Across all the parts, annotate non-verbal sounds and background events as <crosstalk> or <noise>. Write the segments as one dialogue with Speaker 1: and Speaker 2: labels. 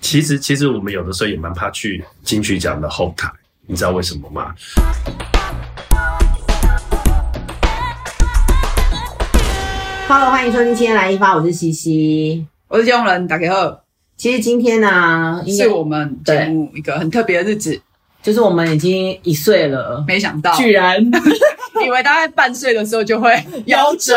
Speaker 1: 其实其实我们有的时候也蛮怕去金曲奖的后台，你知道为什么吗？
Speaker 2: Hello，欢迎收听《今天来一发》，我是西西。
Speaker 3: 我是用人打给后，
Speaker 2: 其实今天呢、应该
Speaker 3: 是我们节目一个很特别的日子。
Speaker 2: 就是我们已经一岁了，
Speaker 3: 没想到，
Speaker 2: 居然
Speaker 3: 以为大概半岁的时候就会夭
Speaker 2: <laughs>
Speaker 3: 折。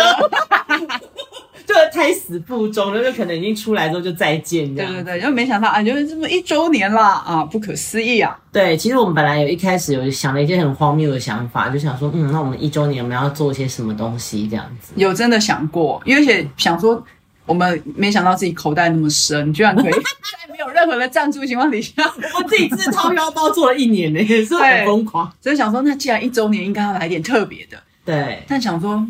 Speaker 2: 就胎死腹中，就是可能已经出来之后就再见这
Speaker 3: 对
Speaker 2: 样。
Speaker 3: 对对，就没想到啊，就是这么一周年啦啊，不可思议啊！
Speaker 2: 对其实我们本来有一开始有想了一些很荒谬的想法，就想说，嗯，那我们一周年我们要做些什么东西这样子。
Speaker 3: 有真的想过，因为也想说，我们没想到自己口袋那么深，居然可以在没有任何的赞助情况底下，
Speaker 2: 我自己自掏腰包做了一年呢，也是很
Speaker 3: 对
Speaker 2: 疯狂。
Speaker 3: 所以想说，那既然一周年，应该要来点特别的。
Speaker 2: 对
Speaker 3: 但想说，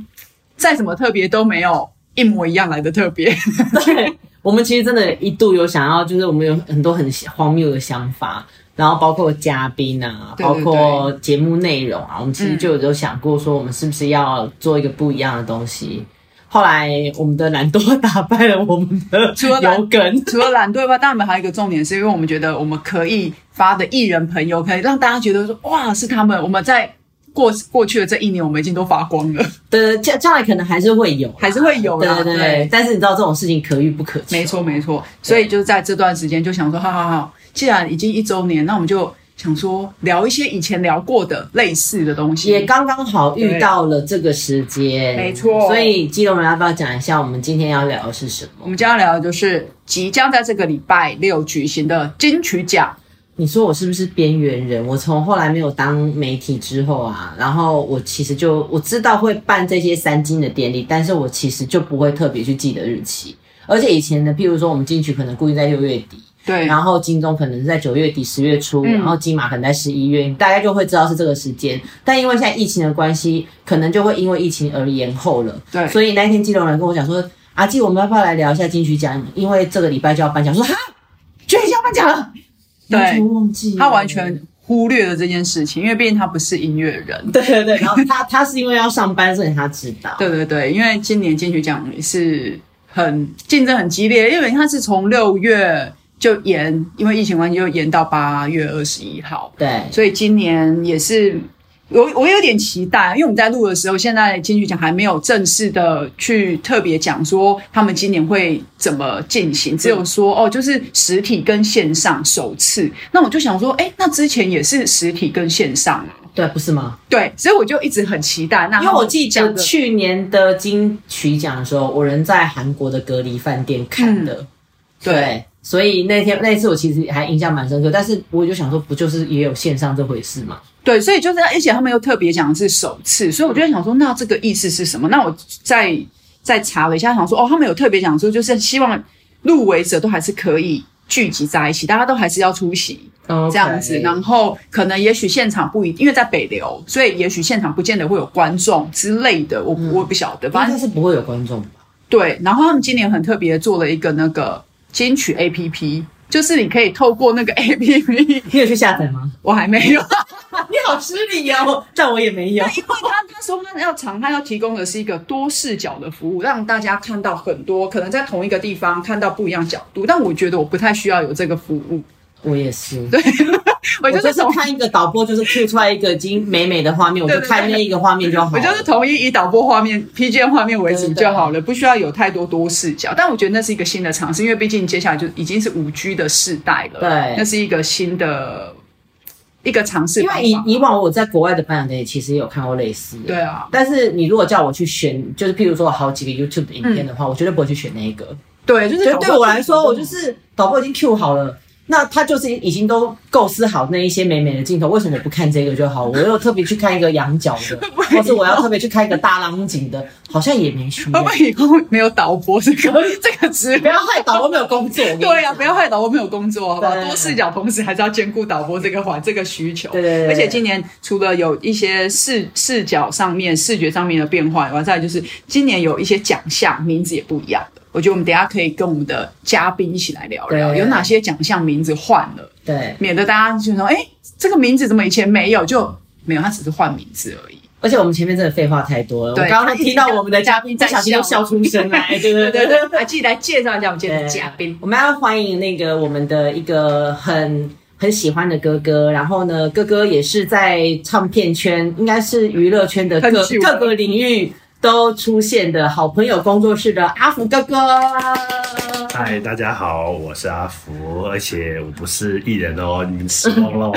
Speaker 3: 再怎么特别都没有一模一样来的特别。
Speaker 2: 对，我们其实真的一度有想要，就是我们有很多很荒谬的想法，然后包括嘉宾啊，
Speaker 3: 对对对
Speaker 2: 包括节目内容啊，我们其实就有想过说，我们是不是要做一个不一样的东西。后来我们的懒惰打败了我们的
Speaker 3: 除了
Speaker 2: <laughs>
Speaker 3: 懒
Speaker 2: 有梗，
Speaker 3: 除了懒惰外，但我们还有一个重点，是因为我们觉得我们可以发的艺人朋友，可以让大家觉得说，哇，是他们。我们在过过去的这一年，我们已经都发光
Speaker 2: <laughs>
Speaker 3: 了。
Speaker 2: 对，将将来可能还是会有啦，
Speaker 3: 还是会有
Speaker 2: 对
Speaker 3: 啦
Speaker 2: 对对。
Speaker 3: 对
Speaker 2: 但是你知道这种事情可遇不可求，
Speaker 3: 没错，没错。所以就是在这段时间，就想说，好好好，既然已经一周年，那我们就想说聊一些以前聊过的类似的东西。
Speaker 2: 也刚刚好遇到了这个时间，
Speaker 3: 没错
Speaker 2: 所以基隆人要不要讲一下我们今天要聊的是什么？
Speaker 3: 我们今天要聊的就是即将在这个礼拜六举行的金曲奖。
Speaker 2: 你说我是不是边缘人？我从后来没有当媒体之后啊，然后我其实就我知道会办这些三金的典礼，但是我其实就不会特别去记得日期。而且以前呢，譬如说我们进去可能固定在六月底，
Speaker 3: 对
Speaker 2: 然后金钟可能是在九月底、十月初，然后金马可能在十一月，你大概就会知道是这个时间。但因为现在疫情的关系，可能就会因为疫情而延后了。
Speaker 3: 对
Speaker 2: 所以那一天基隆人跟我讲说：“阿季，我们要不要来聊一下金曲奖？因为这个礼拜就要颁奖。”我说：“哈，居然要颁奖了！”
Speaker 3: 对
Speaker 2: 完全忘记了
Speaker 3: 他完全忽略了这件事情，因为毕竟他不是音乐人。
Speaker 2: 对对对。然后他他是因为要上班，所以他知道。
Speaker 3: 对对对，因为今年金曲奖也是很竞争很激烈，因为它是从六月就延，因为疫情关系就延到八月二十一号，
Speaker 2: 对
Speaker 3: 所以今年也是我我有点期待，因为我们在录的时候，现在金曲奖还没有正式的去特别讲说他们今年会怎么进行，只有说哦，就是实体跟线上首次。那我就想说，哎，那之前也是实体跟线上啊。
Speaker 2: 对，不是吗？
Speaker 3: 对，所以我就一直很期待。那
Speaker 2: 因为我
Speaker 3: 他们
Speaker 2: 记
Speaker 3: 讲
Speaker 2: 得
Speaker 3: 的
Speaker 2: 去年的金曲奖的时候，我人在韩国的隔离饭店看的。对，所以那天那一次我其实还印象蛮深刻，但是我就想说，不就是也有线上这回事嘛？
Speaker 3: 对，所以就是，而且他们又特别讲的是首次，所以我就在想说，那这个意思是什么？那我再再查了一下，想说哦，他们有特别讲说，就是希望入围者都还是可以聚集在一起，大家都还是要出席
Speaker 2: 这
Speaker 3: 这样子。然后可能也许现场不一，因为在北流，所以也许现场不见得会有观众之类的，我我也不晓得，反
Speaker 2: 应该
Speaker 3: 正
Speaker 2: 是不会有观众吧？
Speaker 3: 对。然后他们今年很特别做了一个那个金曲 A P P，就是你可以透过那个 A P P，
Speaker 2: 你有去下载吗？
Speaker 3: 我还没有。
Speaker 2: 你
Speaker 3: <laughs>
Speaker 2: 好失礼哦，但我也没有。
Speaker 3: 因为他那时候他要长，他要提供的是一个多视角的服务，让大家看到很多可能在同一个地方看到不一样角度。但我觉得我不太需要有这个服务，
Speaker 2: 我也是，
Speaker 3: 我
Speaker 2: 我
Speaker 3: 就
Speaker 2: 就是是
Speaker 3: 从
Speaker 2: 看一个导播，就是 Q 出来一个已经美美的画面，我就
Speaker 3: 对对对
Speaker 2: 看那一个画面就好
Speaker 3: 我
Speaker 2: 了。
Speaker 3: 就是统一以导播画面、PGM 画面为
Speaker 2: 对
Speaker 3: 主
Speaker 2: 对对
Speaker 3: 就好了，不需要有太多多视角。但我觉得那是一个新的尝试，因为毕竟接下来就已经是五 G 的世代了，
Speaker 2: 对
Speaker 3: 那是一个新的一个尝试
Speaker 2: 因
Speaker 3: 方法。
Speaker 2: 为以以往我在国外的颁奖典礼，其实也有看过类似的。
Speaker 3: 对啊，
Speaker 2: 但是你如果叫我去选，就是譬如说好几个 YouTube 影片的话，我绝对不会去选那一个。
Speaker 3: 对，嗯就是
Speaker 2: 对，
Speaker 3: 导播
Speaker 2: 对我来说，
Speaker 3: 自己
Speaker 2: 我就是导播已经 Q 好了，那他就是已经都构思好那一些美美的镜头，为什么不看这个就好？我又特别去看一个仰角的，
Speaker 3: <laughs>
Speaker 2: 或者我要特别去看一个大浪景的，好像也没需
Speaker 3: 会
Speaker 2: 要
Speaker 3: 不。会以后没有导播这 <laughs> 个这个职
Speaker 2: 不
Speaker 3: 位？
Speaker 2: 要害导播没有工作，我跟你
Speaker 3: 对呀、啊
Speaker 2: 讲
Speaker 3: 不要害导播没有工作，好不好？
Speaker 2: 对
Speaker 3: 多视角，同时还是要兼顾导播这个环这个需求。
Speaker 2: 对对对对
Speaker 3: 而且今年除了有一些视视角上面、视觉上面的变化以外，再来就是今年有一些奖项名字也不一样的。我觉得我们等一下可以跟我们的嘉宾一起来聊聊，
Speaker 2: 对
Speaker 3: 有哪些奖项名字换了，
Speaker 2: 对
Speaker 3: 免得大家就说：“哎，这个名字怎么以前没有？”就没有，它只是换名字而已。
Speaker 2: 而且我们前面真的废话太多了，我
Speaker 3: 对
Speaker 2: 刚刚听到我们的嘉
Speaker 3: 一
Speaker 2: 宾
Speaker 3: 直
Speaker 2: 不
Speaker 3: 在
Speaker 2: 小心就笑出声来，对对对
Speaker 3: 对对 <laughs>
Speaker 2: 对。
Speaker 3: 对，还记得来介绍一下我们今天的嘉宾。
Speaker 2: 我们要欢迎那个我们的一个很很喜欢的哥哥，然后呢，哥哥也是在唱片圈，应该是娱乐圈的各
Speaker 3: 很久了
Speaker 2: 各个领域都出现的好朋友工作室的阿福哥哥。
Speaker 1: 嗨，大家好，我是阿福，而且我不是艺人哦，你们失望 <laughs> 了哦。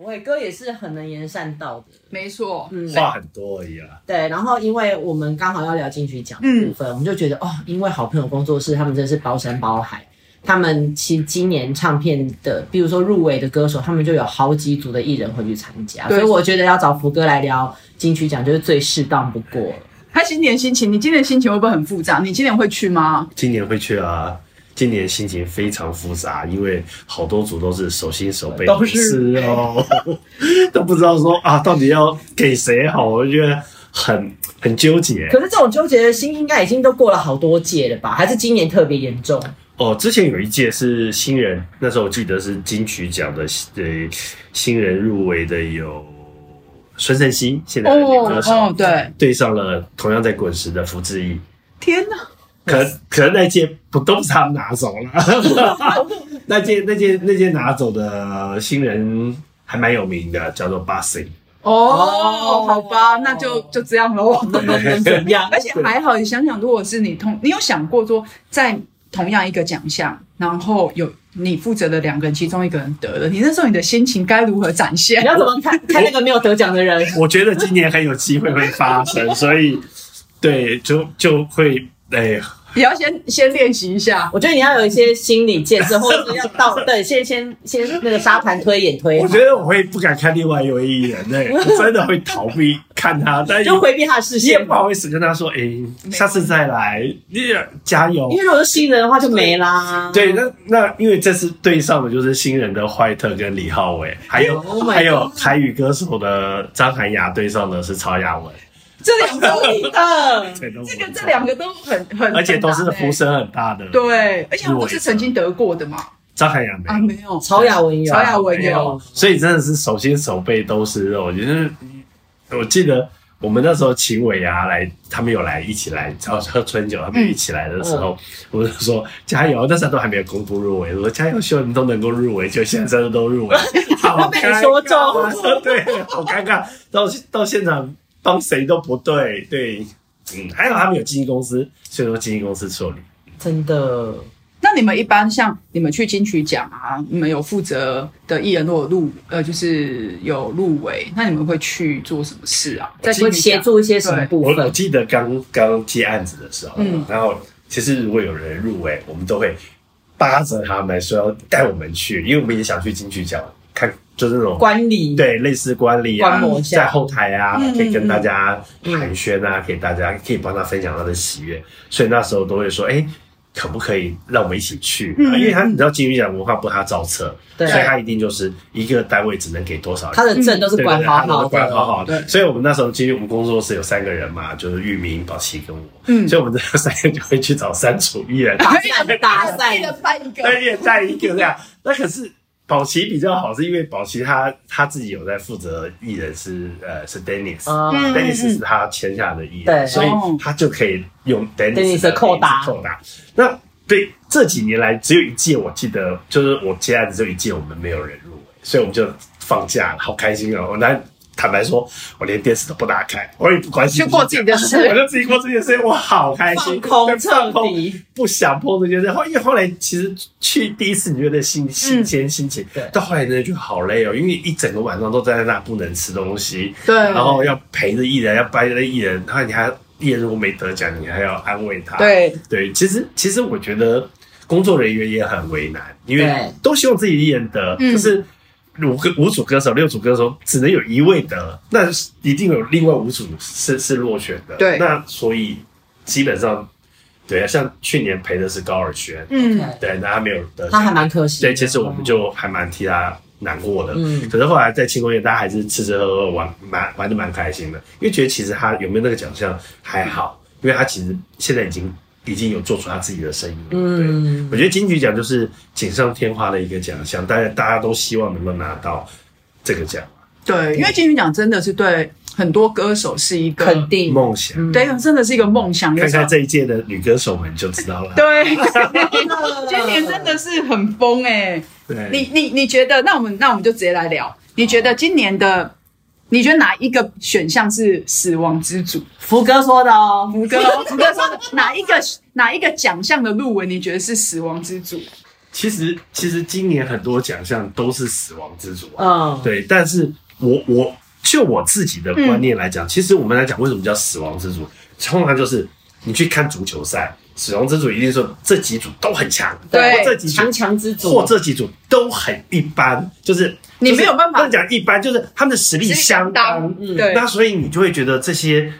Speaker 2: 伟哥也是很能言善道的，
Speaker 3: 没错，
Speaker 2: 嗯，
Speaker 1: 话很多而已啊啦。
Speaker 2: 对。然后因为我们刚好要聊金曲奖的部分，我们就觉得哦，因为好朋友工作室他们真是包山包海。他们其实今年唱片的，比如说入围的歌手，他们就有好几组的艺人会去参加，
Speaker 3: 对
Speaker 2: 所以我觉得要找福哥来聊金曲奖就是最适当不过了。
Speaker 3: 他今年心情，你今年心情会不会很复杂？你今年会去吗？
Speaker 1: 今年会去啊，今年心情非常复杂，因为好多组都是手心手背
Speaker 2: 都是
Speaker 1: 是哦， <laughs> 都不知道说啊，到底要给谁好，我觉得很很纠结
Speaker 2: 可是这种纠结的心应该已经都过了好多届了吧？还是今年特别严重？
Speaker 1: 哦。之前有一届是新人，那时候我记得是金曲奖的呃新人入围的有孙盛熙，现在的女歌手。
Speaker 3: 哦，对，
Speaker 1: 对上了同样在滚石的福志毅，
Speaker 3: 天哪，
Speaker 1: 可可能那届不都是他们拿走了， <laughs> 那届那届那届拿走的新人还蛮有名的，叫做巴 C。
Speaker 3: 哦，好吧，那就就这样喽。
Speaker 2: 能怎样？
Speaker 3: 而且还好，你想想，如果是你同，你有想过说，在同样一个奖项，然后有你负责的两个人，其中一个人得了，你那时候你的心情该如何展现
Speaker 2: 你？要怎么看看那个没有得奖的人？ <laughs>
Speaker 1: 我觉得今年很有机会会发生，所以对就就会哎，
Speaker 3: 也要先先练习一下。
Speaker 2: 我觉得你要有一些心理建设，或者是要到对，先先先那个沙盘推演推好，
Speaker 1: 我觉得我会不敢看另外一位艺
Speaker 3: <laughs>
Speaker 1: 人，对，我真的会逃避看他，但
Speaker 2: <laughs> 就回避他的视
Speaker 1: 你也
Speaker 2: 线
Speaker 1: 不。好意思跟他说，哎、下次再来，你也加油
Speaker 2: 因。为如果是新人的话就没啦。
Speaker 1: 对，那那因为这次对上的就是新人的怀特跟李浩伟，还有、
Speaker 2: Oh my
Speaker 1: 还有台语歌手的张涵雅对上的是曹雅文，
Speaker 3: 这两个，
Speaker 2: 嗯，
Speaker 1: 这都
Speaker 3: 这个这两个都很很，
Speaker 1: 而且都是
Speaker 3: 很难欸
Speaker 1: 呼声很大的。，
Speaker 3: 对，而且他们都是曾经得过的嘛。
Speaker 1: 张涵雅没有。
Speaker 3: 啊，没有，
Speaker 2: 曹雅文有，
Speaker 3: 曹雅文
Speaker 1: 没
Speaker 2: 哦
Speaker 1: 有，所以真的是手心手背都是肉。就是我记得我们那时候秦伟啊来，他们有来一起来，然后喝春酒，他们一起来的时候，
Speaker 2: 嗯
Speaker 1: 我就说加油，那时候都还没有公布入围，我说加油，希望你们都能够入围，就现在真的都入
Speaker 2: <laughs>
Speaker 1: 围，好
Speaker 2: 被你说中
Speaker 1: 尴尬啊， <laughs> 对，好尴尬，到到现场帮谁都不对，对。嗯，还好他们有经纪公司，所以说经纪公司处理。
Speaker 2: 真的。
Speaker 3: 那你们一般像你们去金曲奖啊，你们有负责的艺人如果入呃，就是有入围，那你们会去做什么事啊？在
Speaker 2: 会
Speaker 3: 金曲
Speaker 2: 协
Speaker 3: 奖
Speaker 2: 助一些什么部
Speaker 1: 我我
Speaker 2: 分？
Speaker 1: 记得刚刚接案子的时候，
Speaker 3: 嗯
Speaker 1: 然后其实如果有人入围，我们都会扒着他们说要带我们去，因为我们也想去金曲奖看，就是那种
Speaker 2: 管理，
Speaker 1: 对类似观礼啊
Speaker 2: 观摩一，下嗯
Speaker 1: 在后台啊，
Speaker 3: 嗯
Speaker 1: 可以跟大家寒暄啊，给大家可以帮他分享他的喜悦，所以那时候都会说，哎、可不可以让我们一起去？啊
Speaker 3: 嗯
Speaker 1: 因为他你知道金曲奖文化部他造册，
Speaker 2: 对
Speaker 1: 所以他一定就是一个单位只能给多少人。
Speaker 2: 他的证都是
Speaker 1: 对
Speaker 2: 管好好的，
Speaker 1: 管好好
Speaker 3: 对
Speaker 1: 的。所以我们那时候其实我们工作室有三个人嘛，就是玉明、宝琪跟我，
Speaker 3: 嗯
Speaker 1: 所以我们这三个就会去找三楚艺人，
Speaker 2: 打散打散
Speaker 3: 一。人办一个，
Speaker 1: 而且带一个这样。那可是宝琪比较好，是因为宝琪他他自己有在负责艺人是呃是 Dennis。
Speaker 2: 嗯，
Speaker 1: Dennis 是他签下的艺
Speaker 2: 对
Speaker 1: 人，所以
Speaker 3: 哦
Speaker 1: 他就可以用 Dennis
Speaker 2: Dennis 的扣打
Speaker 1: 扣打。那对这几年来，只有一届我记得，就是我接案子只有一届我们没有人入围，所以我们就放假了，好开心哦！我那坦白说，我连电视都不打开，我也不关心
Speaker 3: 就过自己的事
Speaker 1: 我就自己过自己的事，我好开
Speaker 2: 放
Speaker 1: 心，
Speaker 2: 空彻
Speaker 1: 放空
Speaker 2: 底，
Speaker 1: 不想碰这件事。后因为后来其实去第一次你觉得新新
Speaker 3: 嗯
Speaker 1: 鲜心情，
Speaker 2: 对
Speaker 1: 到后来呢就好累哦，因为一整个晚上都站在那不能吃东西，
Speaker 3: 对，
Speaker 1: 然后要陪着艺人，要掰着艺人，然后你还艺人如果没得奖，你还要安慰他。
Speaker 3: 对
Speaker 1: 对，其实其实我觉得工作人员也很为难，因
Speaker 2: 对
Speaker 1: 为都希望自己的艺人得，
Speaker 3: 嗯
Speaker 1: 可是。五个五组歌手，六组歌手，只能有一位得，那一定有另外五组是是落选的。
Speaker 3: 对
Speaker 1: 那所以基本上，对啊，像去年陪的是高尔宣，
Speaker 3: 嗯，
Speaker 1: 对，那他没有得
Speaker 2: 他还
Speaker 1: 奖，
Speaker 2: 蛮可惜的。
Speaker 1: 对，其实我们就还蛮替他难过的。
Speaker 2: 哦嗯
Speaker 1: 可是后来在庆功宴，大家还是吃吃喝喝玩蛮玩的蛮开心的，因为觉得其实他有没有那个奖项还好，因为他其实现在已经已经有做出他自己的声音了。对，
Speaker 2: 嗯，
Speaker 1: 我觉得金曲奖就是锦上添花的一个奖项，大家大家都希望能够拿到这个奖。
Speaker 3: 对，因为金曲奖真的是对很多歌手是一个
Speaker 2: 肯，定
Speaker 1: 梦想。
Speaker 2: 嗯
Speaker 3: 对，真的是一个梦想。有
Speaker 1: 看
Speaker 3: 时候
Speaker 1: 看这一届的女歌手们就知道了。
Speaker 3: 对，今
Speaker 2: 今
Speaker 3: 年真的是很疯哎、
Speaker 1: 对，
Speaker 3: 你你你觉得？那我们那我们就直接来聊，你觉得今年的？你觉得哪一个选项是死亡之组？
Speaker 2: 福哥说的哦，
Speaker 1: 嗯
Speaker 3: 福哥哦，福哥说的哪一个哪一个奖项的入围你觉得是死亡之组？
Speaker 1: 其实其实今年很多奖项都是死亡之组啊。
Speaker 2: 嗯，
Speaker 1: 对，但是我我就我自己的观念来讲，其实我们来讲为什么叫死亡之组，通常就是你去看足球赛，死亡之组一定说这几组都很强，
Speaker 3: 对
Speaker 1: 或这几组
Speaker 2: 强强之
Speaker 1: 或
Speaker 2: 组，
Speaker 1: 这几组都很一般，就是
Speaker 3: 你没有办法
Speaker 1: 就是不能讲一般，就是他们的实力相当，
Speaker 2: 嗯
Speaker 3: 对
Speaker 1: 那所以你就会觉得这些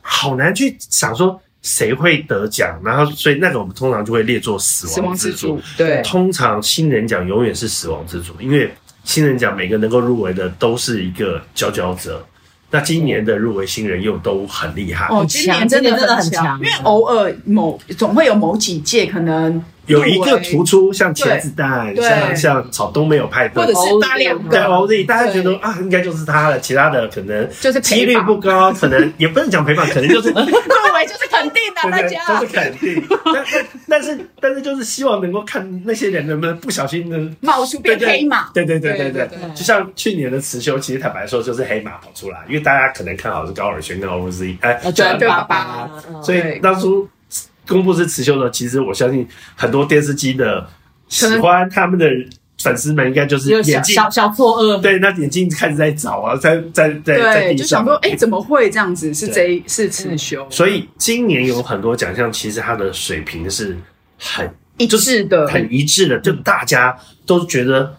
Speaker 1: 好难去想说谁会得奖，然后所以那个我们通常就会列作死
Speaker 3: 死
Speaker 1: 亡
Speaker 3: 亡
Speaker 1: 之
Speaker 3: 之
Speaker 1: 组
Speaker 3: 组。，对
Speaker 1: 通常新人奖永远是死亡之组，因为新人奖每个能够入围的都是一个佼佼者。那今年的入围新人又都很厉害，
Speaker 3: 哦，
Speaker 2: 很
Speaker 3: 今
Speaker 2: 强
Speaker 3: 年真
Speaker 2: 今年真的
Speaker 3: 很
Speaker 2: 很强
Speaker 3: 因为偶尔某总会有某几届可能
Speaker 1: 有一个
Speaker 3: 入围
Speaker 1: 突出，像茄子蛋，
Speaker 3: 对
Speaker 1: 像像草东没有派对，
Speaker 3: 或者是
Speaker 2: 欧
Speaker 3: 大量
Speaker 2: 洲
Speaker 1: 对
Speaker 3: 的，
Speaker 1: 欧弟，大家觉得啊，应该就是他了，其他的可能
Speaker 3: 就是
Speaker 1: 几
Speaker 3: 陪
Speaker 1: 率
Speaker 3: 绑
Speaker 1: 不高，可能也不能讲陪绑，可能
Speaker 3: <laughs>
Speaker 1: 就是可
Speaker 3: 入围就是肯定的，大
Speaker 1: 能
Speaker 3: 家
Speaker 1: 就是肯定。但但但是但是就是希望能够看那些人能不能不小心能
Speaker 3: 冒出变黑马，
Speaker 1: 对对对对对对
Speaker 3: 对对
Speaker 2: 对，
Speaker 1: 就像去年的辞修，其实坦白说就是黑马跑出来，因为大家可能看好是高尔宣跟 OZ，哎，
Speaker 2: 呃转
Speaker 3: 转啊对
Speaker 2: 爸
Speaker 3: 爸
Speaker 2: 爸
Speaker 3: 爸，
Speaker 2: 嗯
Speaker 1: 所以
Speaker 3: 对啊
Speaker 1: 当初公布是辞修的，其实我相信很多电视机的喜欢他们的粉丝们，应该就是
Speaker 2: 就
Speaker 1: 眼
Speaker 2: 嗯小
Speaker 1: 镜。
Speaker 2: 小小作恶，
Speaker 1: 对，那眼镜开始在找啊，在在在在
Speaker 3: 对，
Speaker 1: 地
Speaker 3: 就想
Speaker 1: 上
Speaker 3: 说，。哎，怎么会这样子？是
Speaker 1: 对
Speaker 3: 这一是
Speaker 2: 嗯
Speaker 3: 刺修，
Speaker 1: 所以今年有很多奖项，其实它的水平是很
Speaker 3: 一致的，嗯
Speaker 1: 很一致的，就大家都觉得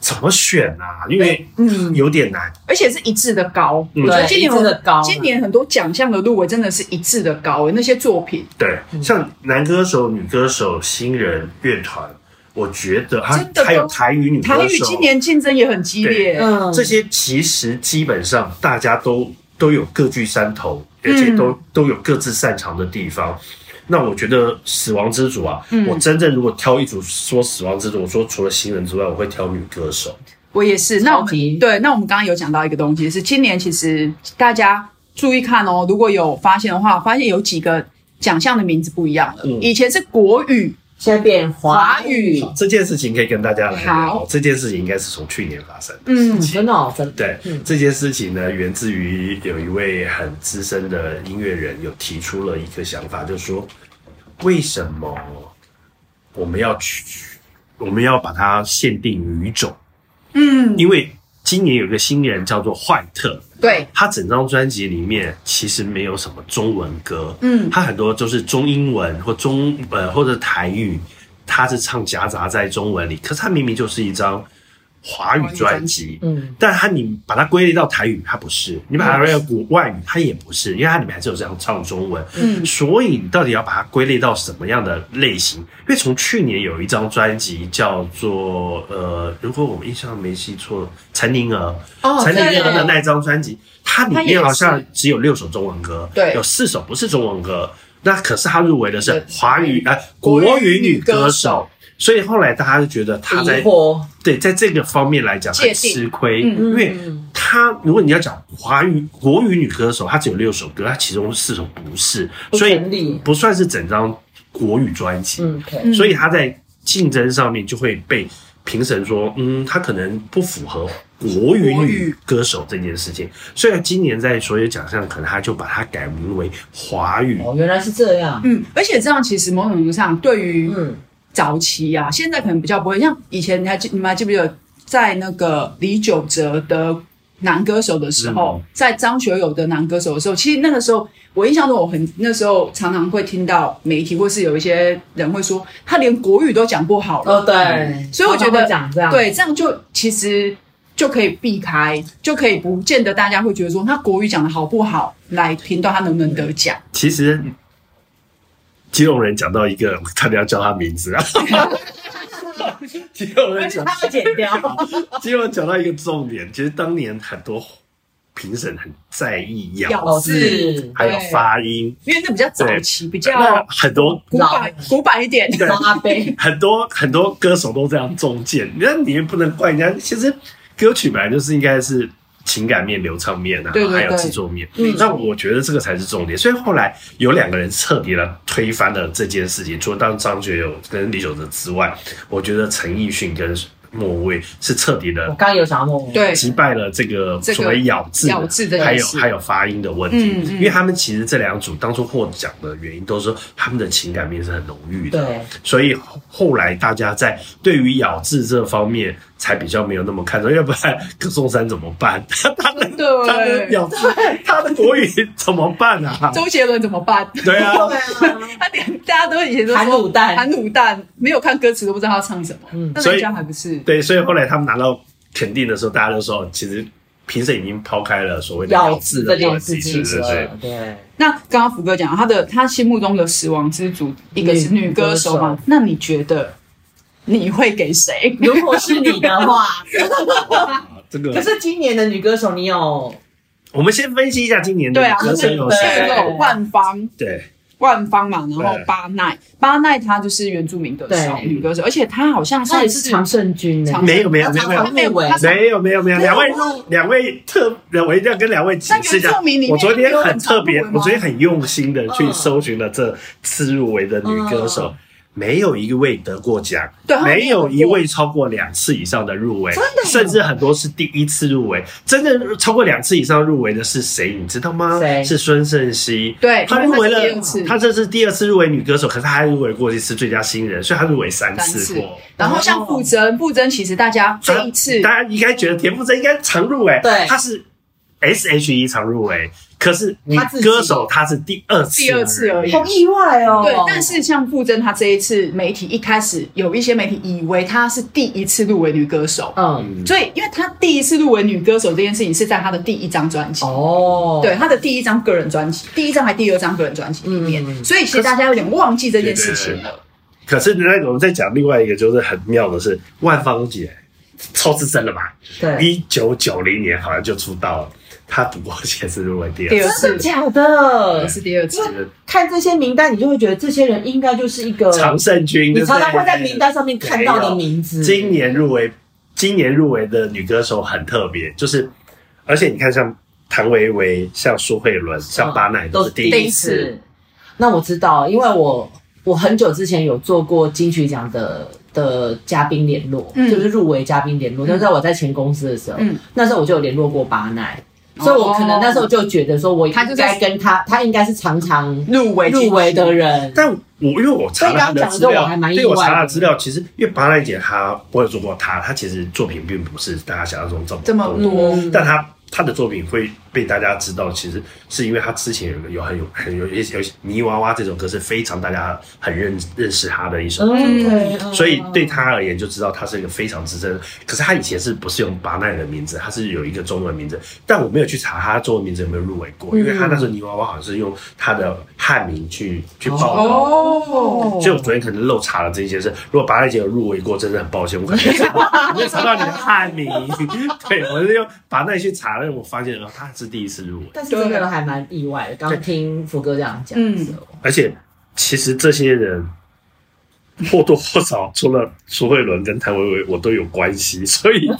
Speaker 1: 怎么选啊，因为
Speaker 3: 嗯，
Speaker 1: 有点难。
Speaker 3: 而且是一致的高。
Speaker 1: 嗯
Speaker 3: 我觉得今
Speaker 2: 对，
Speaker 3: 年
Speaker 2: 真的高，
Speaker 3: 今年很多奖项的入围真的是一致的高，那些作品
Speaker 1: 对，
Speaker 3: 嗯
Speaker 1: 像男歌手、女歌手、新人、乐团，我觉得啊
Speaker 3: 真，的
Speaker 1: 还有
Speaker 3: 都
Speaker 1: 台语女歌手，
Speaker 3: 台语今年竞争也很激烈，
Speaker 2: 嗯，
Speaker 1: 这些其实基本上大家都都有各据山头，
Speaker 3: 嗯
Speaker 1: 而且都、都有各自擅长的地方。那我觉得《死亡之组》啊，
Speaker 3: 嗯
Speaker 1: 我真正如果挑一组说《死亡之组》，我说除了新人之外，我会挑女歌手。
Speaker 3: 我也是。那我
Speaker 2: 超级
Speaker 3: 们对，那我们刚刚有讲到一个东西，是今年其实大家注意看哦，如果有发现的话，发现有几个奖项的名字不一样了。
Speaker 1: 嗯
Speaker 3: 以前是国语、
Speaker 2: 现在变华
Speaker 3: 华语，
Speaker 1: 这件事情可以跟大家来聊
Speaker 3: 好。
Speaker 1: 这件事情应该是从去年发生的。
Speaker 3: 嗯，
Speaker 2: 真的哦，真的
Speaker 1: 对、
Speaker 2: 嗯
Speaker 1: 这件事情呢，源自于有一位很资深的音乐人有提出了一个想法，就是说，为什么我们要去，我们要把它限定语种？
Speaker 3: 嗯，
Speaker 1: 因为今年有个新人叫做坏特，
Speaker 3: 对，
Speaker 1: 他整张专辑里面其实没有什么中文歌，
Speaker 3: 嗯
Speaker 1: 他很多都是中英文或中呃或者台语，他是唱夹杂在中文里，可是他明明就是一张华语专辑，
Speaker 2: 嗯，
Speaker 1: 但他你把它归类到台语，它不是；你把它归类到国外语，它也不是，因为它里面还是有这样唱中文。
Speaker 3: 嗯
Speaker 1: 所以你到底要把它归类到什么样的类型？因为从去年有一张专辑叫做呃，如果我们印象没记错，陈宁儿，
Speaker 2: 哦
Speaker 1: 陈宁
Speaker 3: 对
Speaker 1: 儿的那张专辑，它里面好
Speaker 3: 它
Speaker 1: 像
Speaker 3: 也是
Speaker 1: 只有六首中文歌，
Speaker 3: 对
Speaker 1: 有四首不是中文歌。那可是他入围的是
Speaker 3: 对
Speaker 1: 华语呃
Speaker 3: 国语
Speaker 1: 国语女
Speaker 3: 女歌
Speaker 1: 歌手，所以后来大家就觉得他在
Speaker 2: 疑惑，
Speaker 1: 对，在这个方面来讲
Speaker 3: 界
Speaker 1: 很
Speaker 3: 定
Speaker 1: 吃亏，
Speaker 3: 嗯
Speaker 1: 因为他如果你要讲华语国语女歌手，她只有六首歌，她其中四首不是，
Speaker 2: 不
Speaker 1: 所以
Speaker 2: 成立
Speaker 1: 不算是整张国语专辑，
Speaker 2: 嗯，可以
Speaker 3: 嗯
Speaker 1: 所以她在竞争上面就会被评审说，嗯，她可能不符合国语
Speaker 3: 国
Speaker 1: 女
Speaker 3: 语
Speaker 1: 歌手这件事情。虽然今年在所有奖项，可能她就把它改名为华语，
Speaker 2: 哦，原来是这样，
Speaker 3: 嗯，而且这样其实某种程度上对于
Speaker 2: 嗯，
Speaker 3: 早期啊，现在可能比较不会像以前，你还记你们还记不记得，在那个李玖哲的男歌手的时候，
Speaker 1: 嗯
Speaker 3: 在张学友的男歌手的时候，其实那个时候我印象中，我很那时候常常会听到媒体或是有一些人会说，他连国语都讲不好了，
Speaker 2: 哦对，啊
Speaker 3: 所以我觉得
Speaker 2: 妈妈会讲这样，，
Speaker 3: 对，这样就其实。就可以避开，就可以不见得大家会觉得说他国语讲的好不好来评断他能不能得奖。
Speaker 1: 其实基隆人讲到一个，我差点要叫他名
Speaker 3: <laughs>
Speaker 1: 字啊。基隆人讲，
Speaker 2: 他剪 <laughs> 掉，
Speaker 1: 基隆讲到一个重点，其实当年很多评审很在意咬
Speaker 3: 咬
Speaker 1: 字，
Speaker 2: 字
Speaker 1: 还有发音，
Speaker 3: 因为那比较早期，比
Speaker 1: 那
Speaker 3: 较
Speaker 1: 很多。
Speaker 3: 古板古板一点。
Speaker 1: 对
Speaker 2: 张阿贝，
Speaker 1: 很多很多歌手都这样中箭，那你也不能怪人家。其实歌曲本来就是应该是情感面、流畅面啊，
Speaker 3: 对对
Speaker 1: 还有
Speaker 3: 对
Speaker 1: 制作面。
Speaker 3: 嗯
Speaker 1: 那我觉得这个才是重点。所以后来有两个人彻底的推翻了这件事情，除了当张学友跟李玖哲之外，我觉得陈奕迅跟莫蔚是彻底的
Speaker 2: <laughs> 我刚刚有想到莫文蔚
Speaker 3: 对
Speaker 1: 击败了这个
Speaker 3: 这个
Speaker 1: 所谓咬字的、
Speaker 3: 咬字的
Speaker 1: 还
Speaker 3: 意
Speaker 1: 有
Speaker 3: 思
Speaker 1: 还有发音的问题，
Speaker 3: 嗯嗯
Speaker 1: 因为他们其实这两组当初获奖的原因都是说他们的情感面是很浓郁的，
Speaker 2: 对，
Speaker 1: 所以后后来大家在对于咬字这方面才比较没有那么看重，要不然歌颂山怎么办？ <laughs> 他的他的
Speaker 3: 对，
Speaker 1: 咬字，他的国语怎么办啊？
Speaker 3: 周杰伦怎么办？
Speaker 1: 对啊，
Speaker 2: 对啊，
Speaker 3: 他连大家都以前都
Speaker 2: <laughs>
Speaker 3: 说
Speaker 2: 含卤蛋
Speaker 3: 含卤蛋，没有看歌词都不知道他唱什么。嗯，那
Speaker 1: 所以
Speaker 3: 人家还不是
Speaker 1: 对，所以后来他们拿到肯定的时候，大家都说其实。评审已经抛开了所谓的咬
Speaker 2: <laughs> 咬
Speaker 1: 字
Speaker 2: 字
Speaker 1: 的
Speaker 2: 这
Speaker 1: 问
Speaker 2: 件事
Speaker 1: 题，
Speaker 2: 情
Speaker 1: 对对对
Speaker 2: 了，对，
Speaker 3: 那刚刚福哥讲，他的他心目中的死亡之组，一个是女歌手嘛
Speaker 2: 女歌，
Speaker 3: 那你觉得你会给谁？
Speaker 2: <laughs> 如果是你的话，
Speaker 1: 啊这个
Speaker 2: <laughs> 可是今年的女歌手你有
Speaker 1: 我们先分析一下今年的
Speaker 3: <laughs> 对啊，
Speaker 1: 歌声有
Speaker 2: 对
Speaker 1: 谁？
Speaker 3: 有万芳，
Speaker 1: 对，
Speaker 3: 万芳嘛，然后
Speaker 1: 对
Speaker 3: 巴奈，巴奈她就是原住民歌手，
Speaker 2: 对
Speaker 3: 女歌手，而且她好像
Speaker 2: 她
Speaker 3: 算
Speaker 2: 也是常胜军呢
Speaker 3: 常，
Speaker 1: 没有没有没有没有
Speaker 2: 她常入围
Speaker 3: 她常
Speaker 1: <laughs> 没有没有没有，
Speaker 3: 没有
Speaker 1: 两
Speaker 3: 吗
Speaker 1: 位入两位特，我一定要跟两位解释一下
Speaker 3: 那原住民里。面
Speaker 1: 我昨天很特别，
Speaker 3: 有很常入围吗嗯
Speaker 1: 我昨天很用心的去搜寻了这次入围的女歌手，没有一位得过奖
Speaker 3: 对，她
Speaker 1: 没
Speaker 3: 没
Speaker 1: 有
Speaker 3: 有
Speaker 1: 一位超过两次以上的入围，甚至很多是第一次入围。真的超过两次以上入围的是谁？你知道吗？
Speaker 2: 谁
Speaker 1: 是孙盛希。
Speaker 3: 对
Speaker 1: 她入围了
Speaker 3: 哎她是第二次，
Speaker 1: 她这是第二次入围女歌手，可是她还入围过一次最佳新人，所以她入围三
Speaker 3: 三
Speaker 1: 次
Speaker 3: 次
Speaker 1: 过。
Speaker 3: 然后像傅征，傅征其实大家这一次
Speaker 1: 大家应该觉得田馥甄应该常入围，
Speaker 2: 对
Speaker 1: 他是 S H E 常入围，可是女
Speaker 2: 她自己
Speaker 1: 歌手她是第二次，
Speaker 3: 第二次而已
Speaker 2: 好意外哦。
Speaker 3: 对，但是像傅征，她这一次媒体一开始有一些媒体以为她是第一次入围女歌手，
Speaker 2: 嗯，
Speaker 3: 所以因为她第一次入围女歌手这件事情是在她的第一张专辑。
Speaker 2: 哦，
Speaker 3: 对，她的第一张个人专辑，第一张还第二张个人专辑里面，
Speaker 2: 嗯
Speaker 3: 所以其实大家有点忘记这件事情
Speaker 1: 对对
Speaker 3: 了。
Speaker 1: 可是那个我们再讲另外一个就是很妙的是，万芳姐超资深了吧？
Speaker 2: 对，
Speaker 1: 一九九零年好像就出道了，她不过也是入围第
Speaker 3: 第
Speaker 1: 二
Speaker 3: 二
Speaker 1: 次。
Speaker 3: 次
Speaker 2: 真的假的
Speaker 3: 也？是第二次，
Speaker 1: 这个
Speaker 2: 看这些名单，你就会觉得这些人应该就是一个
Speaker 1: 常胜军，
Speaker 2: 你
Speaker 1: 对不对
Speaker 2: 常常会在名单上面看到的名字。
Speaker 1: 今年入围，今年入围的女歌手很特别，就是，而且你看像谭维维、像苏慧伦、像巴奈都
Speaker 2: 哦
Speaker 1: 是
Speaker 2: 都是
Speaker 1: 第
Speaker 2: 一
Speaker 1: 一次，
Speaker 2: 次。那我知道，因为我我很久之前有做过金曲奖的的嘉宾联络，
Speaker 3: 嗯
Speaker 2: 就是入围嘉宾联络。那时候我在前公司的时候，
Speaker 3: 嗯
Speaker 2: 那时候我就有联络过巴奈，
Speaker 3: 哦
Speaker 2: 所以我可能那时候就觉得说，我应
Speaker 3: 他就是
Speaker 2: 该跟他，他应该是常常
Speaker 3: 入围
Speaker 2: 入围的人。
Speaker 1: 但我因为我查了她的资
Speaker 2: 所以刚刚讲的时候
Speaker 1: 料
Speaker 2: 我还，蛮意
Speaker 1: 对
Speaker 2: 外的
Speaker 1: 我查了资料，其实因为巴奈姐她我有做过她，她其实作品并不是大家想象中这么
Speaker 3: 这么多，
Speaker 2: 嗯
Speaker 1: 但她她的作品会被大家知道，其实是因为她之前有个有很有很有有有泥娃娃这首歌是非常大家很认认识她的一首歌，
Speaker 2: 嗯，
Speaker 1: 所以对他而言就知道他是一个非常资深。可是他以前是不是用巴奈的名字？他是有一个中文名字，但我没有去查他中文名字有没有入围过，因为他那时候泥娃娃好像是用他的汉名去去报道。
Speaker 3: 哦
Speaker 1: 所以我昨天可能漏查了这件事。如果巴奈姐有入围过，真的很抱歉， <laughs> 我可能没查到没有查到你的汉名。对，我是用巴奈去查，但我发现哦，他是第一次入围。
Speaker 2: 但是真的还蛮意外的。刚听福哥这样讲的时候，
Speaker 1: 而且其实这些人或多或少，除了苏慧伦跟谭维维，我都有关系，所以
Speaker 3: 嗯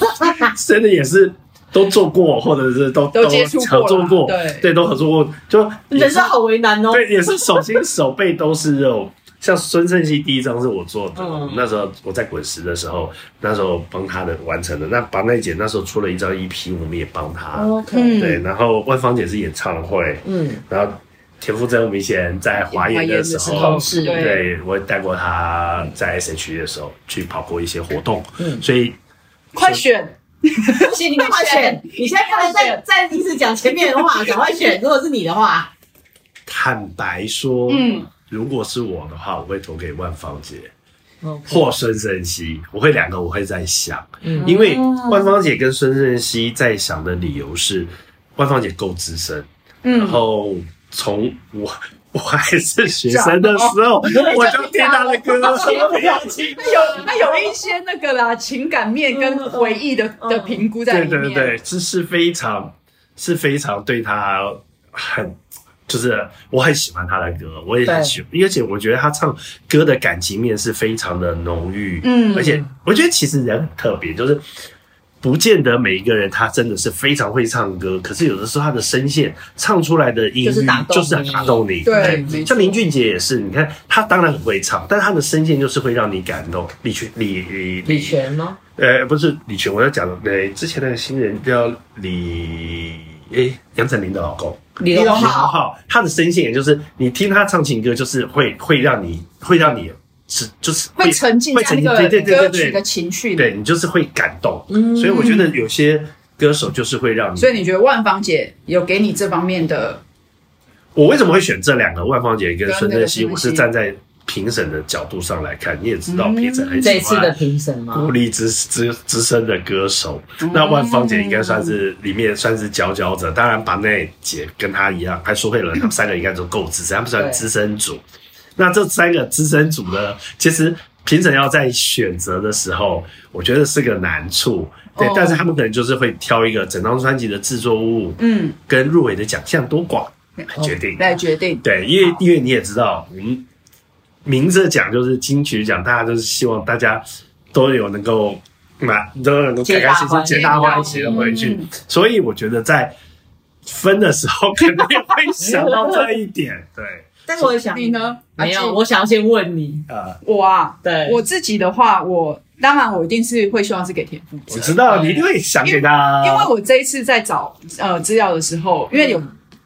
Speaker 1: 真的也是都做过，或者是都
Speaker 3: 都接触过啦
Speaker 1: 合作过，
Speaker 3: 对
Speaker 1: 对，都合作过，就也
Speaker 2: <laughs> 人
Speaker 1: 是
Speaker 2: 生好为难哦。
Speaker 1: 对，也是手心手背都是肉。像孙盛希第一张是我做的，
Speaker 2: 嗯
Speaker 1: 那时候我在滚石的时候，那时候帮他的完成的。那把奈姐那时候出了一张 EP，我们也帮她。
Speaker 3: 哦嗯
Speaker 2: ，OK，
Speaker 1: 对，然后万芳姐是演唱会，
Speaker 2: 哦嗯，
Speaker 1: 然后田馥甄我们以前在华研的时
Speaker 2: 华研的时候
Speaker 1: 候，
Speaker 2: 是
Speaker 3: 对，
Speaker 1: 对我也带过他在 S H E 的时候去跑过一些活动，
Speaker 2: 嗯
Speaker 1: 所以
Speaker 3: 快选，
Speaker 2: 不
Speaker 3: <laughs>
Speaker 2: 行，你赶快选！你现在不能再再一直讲前面的话，赶快选。如果是你的话，
Speaker 1: 坦白说，
Speaker 3: 嗯，
Speaker 1: 如果是我的话，我会投给万芳姐
Speaker 2: 嚯，
Speaker 1: 或孙盛希，我会两个我会在想，
Speaker 2: 嗯
Speaker 1: 因为万芳姐跟孙盛希在想的理由是，万芳姐够资深，然
Speaker 3: 嗯，
Speaker 1: 后从我。 <laughs> 我还是学生的时候，我就听她的歌，
Speaker 3: 有他有一些那个啦，情感面跟回忆的
Speaker 2: 嗯
Speaker 3: 的评估在里
Speaker 1: 对对
Speaker 3: 面，
Speaker 1: 对，这是非常是非常对他很。就是我很喜欢他的歌，我也很喜欢，而且我觉得他唱歌的感情面是非常的浓郁，
Speaker 3: 嗯
Speaker 1: 而且我觉得其实人很特别，就是不见得每一个人他真的是非常会唱歌，可是有的时候他的声线唱出来的音
Speaker 2: 就是打
Speaker 1: 域
Speaker 2: 动
Speaker 1: 就是要
Speaker 2: 你
Speaker 1: 打动你。
Speaker 3: 对，没错
Speaker 1: 像林俊杰也是，你看他当然很会唱，但他的声线就是会让你感动。李泉，李李
Speaker 2: 李，泉吗？
Speaker 1: 呃，不是李泉，我要讲的，呃，之前那个新人叫李，诶，杨丞琳的老公。
Speaker 2: 李
Speaker 1: 李
Speaker 2: 荣
Speaker 1: 荣
Speaker 2: 浩，
Speaker 1: 浩，他的声线也就是你听他唱情歌，就是会会让你会让你是就是
Speaker 3: 会沉浸
Speaker 1: 会
Speaker 3: 在
Speaker 1: 沉
Speaker 3: 那
Speaker 1: 浸
Speaker 3: 个
Speaker 1: 对对
Speaker 3: 歌
Speaker 1: 对
Speaker 3: 曲
Speaker 1: 对
Speaker 3: 的
Speaker 1: 对，
Speaker 3: 情绪里。
Speaker 1: 对你就是会感动。
Speaker 2: 嗯
Speaker 1: 所以我觉得有些歌手就是会让你。
Speaker 3: 所以你觉得万芳姐有给你这方面的？
Speaker 1: 我为什么会选这两个万芳姐跟
Speaker 3: 跟
Speaker 1: 孙
Speaker 3: 那个
Speaker 1: 正熙？
Speaker 3: 孙
Speaker 1: 我
Speaker 3: 正熙
Speaker 1: 是站在评审的角度上来看，你也知道
Speaker 3: 嗯
Speaker 1: 评审很喜
Speaker 2: 这
Speaker 1: 欢
Speaker 2: 一次的评审吗
Speaker 1: 孤？立之之之声的歌手，
Speaker 3: 嗯
Speaker 1: 那万芳姐应该算是里面算是佼佼者。当然，把奈姐跟她一样，还苏慧伦，他们三个应该都够资深，他们算资深组。那这三个资深组呢，其实评审要在选择的时候，我觉得是个难处。对，
Speaker 3: 哦
Speaker 1: 但是他们可能就是会挑一个整张专辑的制作物
Speaker 3: 嗯，哦
Speaker 1: 跟入围的奖项多寡来决定。
Speaker 3: 来决定。
Speaker 1: 对，因为因为你也知道，我们明着讲就是金曲奖，大家就是希望大家都有能够买，都能够开开心心、
Speaker 2: 皆
Speaker 1: 皆
Speaker 2: 大
Speaker 1: 大
Speaker 2: 欢
Speaker 1: 欢
Speaker 2: 喜
Speaker 1: 喜的回去
Speaker 3: 嗯。
Speaker 1: 所以我觉得在分的时候肯定会想到这一点。对，
Speaker 2: 但是我也想
Speaker 3: 你呢？
Speaker 2: 没
Speaker 3: 阿
Speaker 2: 有，
Speaker 3: 静
Speaker 2: 我想要先问你，
Speaker 3: <laughs>
Speaker 1: 呃，
Speaker 3: 我啊，
Speaker 2: 对
Speaker 3: 我自己的话，我当然我一定是会希望是给田
Speaker 2: 嗯
Speaker 1: 我
Speaker 3: 馥甄，
Speaker 1: 知道你一定会想给他，
Speaker 3: 因为我这一次在找呃资料的时候，因为有。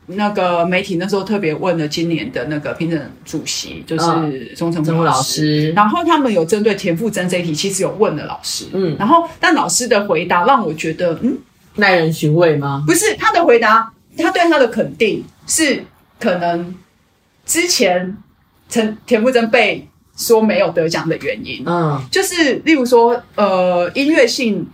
Speaker 3: 那个媒体那时候特别问了今年的那个评审主席，就是钟成
Speaker 2: 曾
Speaker 3: 武
Speaker 2: 武嗯老
Speaker 3: 老师，
Speaker 2: 师，
Speaker 3: 然后他们有针对田馥甄这一题，其实有问了老师，
Speaker 2: 嗯
Speaker 3: 嗯，然后但老师的回答让我觉得，嗯，
Speaker 2: 耐人寻味吗？
Speaker 3: 不是他的回答，他对他的肯定是可能之前陈田馥甄被说没有得奖的原因，
Speaker 2: 嗯，
Speaker 3: 就是例如说，呃，音乐性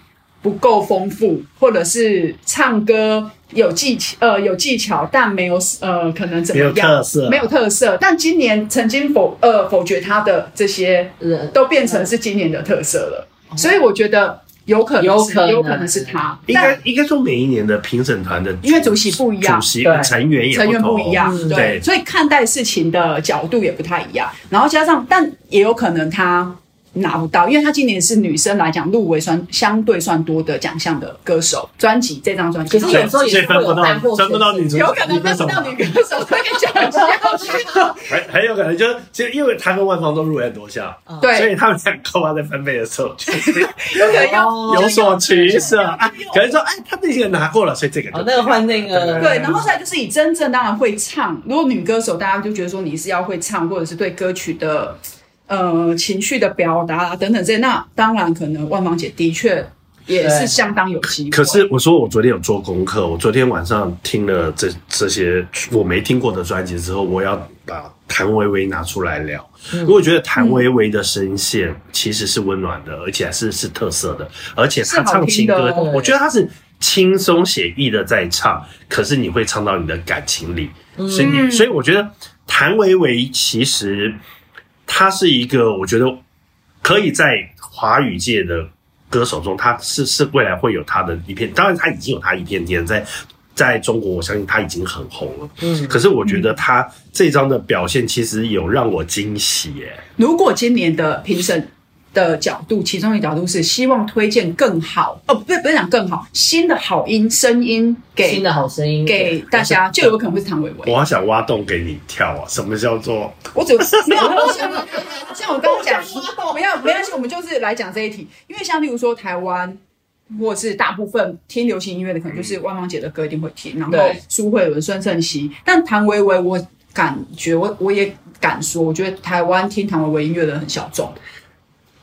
Speaker 3: 不够丰富，或者是唱歌有技巧，呃，有技巧，但没有呃，可能怎
Speaker 1: 没
Speaker 3: 么
Speaker 1: 有
Speaker 3: 样，
Speaker 1: 特色，
Speaker 3: 没有特色。但今年曾经否呃否决他的这些，
Speaker 2: 人
Speaker 3: 都变成是今年的特色了。所以我觉得有可能
Speaker 2: 哦有
Speaker 3: 是
Speaker 2: 可能
Speaker 3: 有可能是他，
Speaker 1: 应该
Speaker 3: 但
Speaker 1: 应该说每一年的评审团的
Speaker 3: 因为主席不一样
Speaker 1: 主，席
Speaker 2: 对
Speaker 1: 成员也
Speaker 3: 成员不
Speaker 1: 同
Speaker 3: 一样，
Speaker 2: 嗯
Speaker 3: 对，
Speaker 1: 对
Speaker 3: 所以看待事情的角度也不太一样。然后加上，但也有可能她拿不到，因为她今年是女生来讲入围算相对算多的奖项的歌手，专辑这张专辑，
Speaker 2: 可是
Speaker 1: 所以
Speaker 2: 有时候也
Speaker 1: 所以
Speaker 2: 是
Speaker 1: 分
Speaker 2: 会有
Speaker 1: 不到
Speaker 2: 难过
Speaker 1: 分不到女主
Speaker 3: 有可能
Speaker 1: 女歌
Speaker 3: 分
Speaker 1: 手
Speaker 3: 不到女歌手这个奖项。
Speaker 1: 很很有可能就是就因为他跟万芳都入围很多项，
Speaker 2: 嗯
Speaker 1: 所
Speaker 3: 对，
Speaker 1: 以他们两个花在分配的时候就
Speaker 3: 有可能要
Speaker 2: 哦
Speaker 1: 有所取舍啊
Speaker 3: 有，
Speaker 1: 可能说哎，他那个拿过了，所以这个就
Speaker 2: 哦，那个换那个
Speaker 3: 对，然后再来就是以真正当然会唱，如果女歌手，大家就觉得说你是要会唱，或者是对歌曲的呃情绪的表达啊等等这些，那当然可能万芳姐的确也是相当有机会。
Speaker 1: 可是我说我昨天有做功课，我昨天晚上听了这这些我没听过的专辑之后，我要把谭维维拿出来聊。
Speaker 3: 嗯
Speaker 1: 因为我觉得谭维维的声线其实是温暖的，而且还是是特色的，而且
Speaker 3: 是
Speaker 1: 她
Speaker 3: 好
Speaker 1: 唱情
Speaker 3: 听
Speaker 1: 歌
Speaker 3: 的，
Speaker 1: 我觉得她是轻松写意的在唱，可是你会唱到你的感情里，所以你所以我觉得谭维维其实她是一个，我觉得可以在华语界的歌手中，他是是未来会有他的一片，当然他已经有他一片天，在在中国，我相信他已经很红了。
Speaker 2: 嗯
Speaker 1: 可是我觉得他这张的表现其实有让我惊喜耶、
Speaker 3: 如果今年的评审的角度，其中一个角度是希望推荐更好，哦，不是不是讲更好，新的好音声音给
Speaker 2: 新的好声音
Speaker 3: 给大家，就有可能会是唐伟伟。
Speaker 1: 我好想挖洞给你跳啊！什么叫做
Speaker 3: 我只有没有，我想像我刚刚讲，不要没关系，我们就是来讲这一题，因为像例如说台湾。或是大部分听流行音乐的，可能就是万芳姐的歌一定会听，然后
Speaker 2: 对
Speaker 3: 苏慧伦、孙盛熙，但谭维维，我感觉我我也敢说，我觉得台湾听谭维维音乐的人很小众，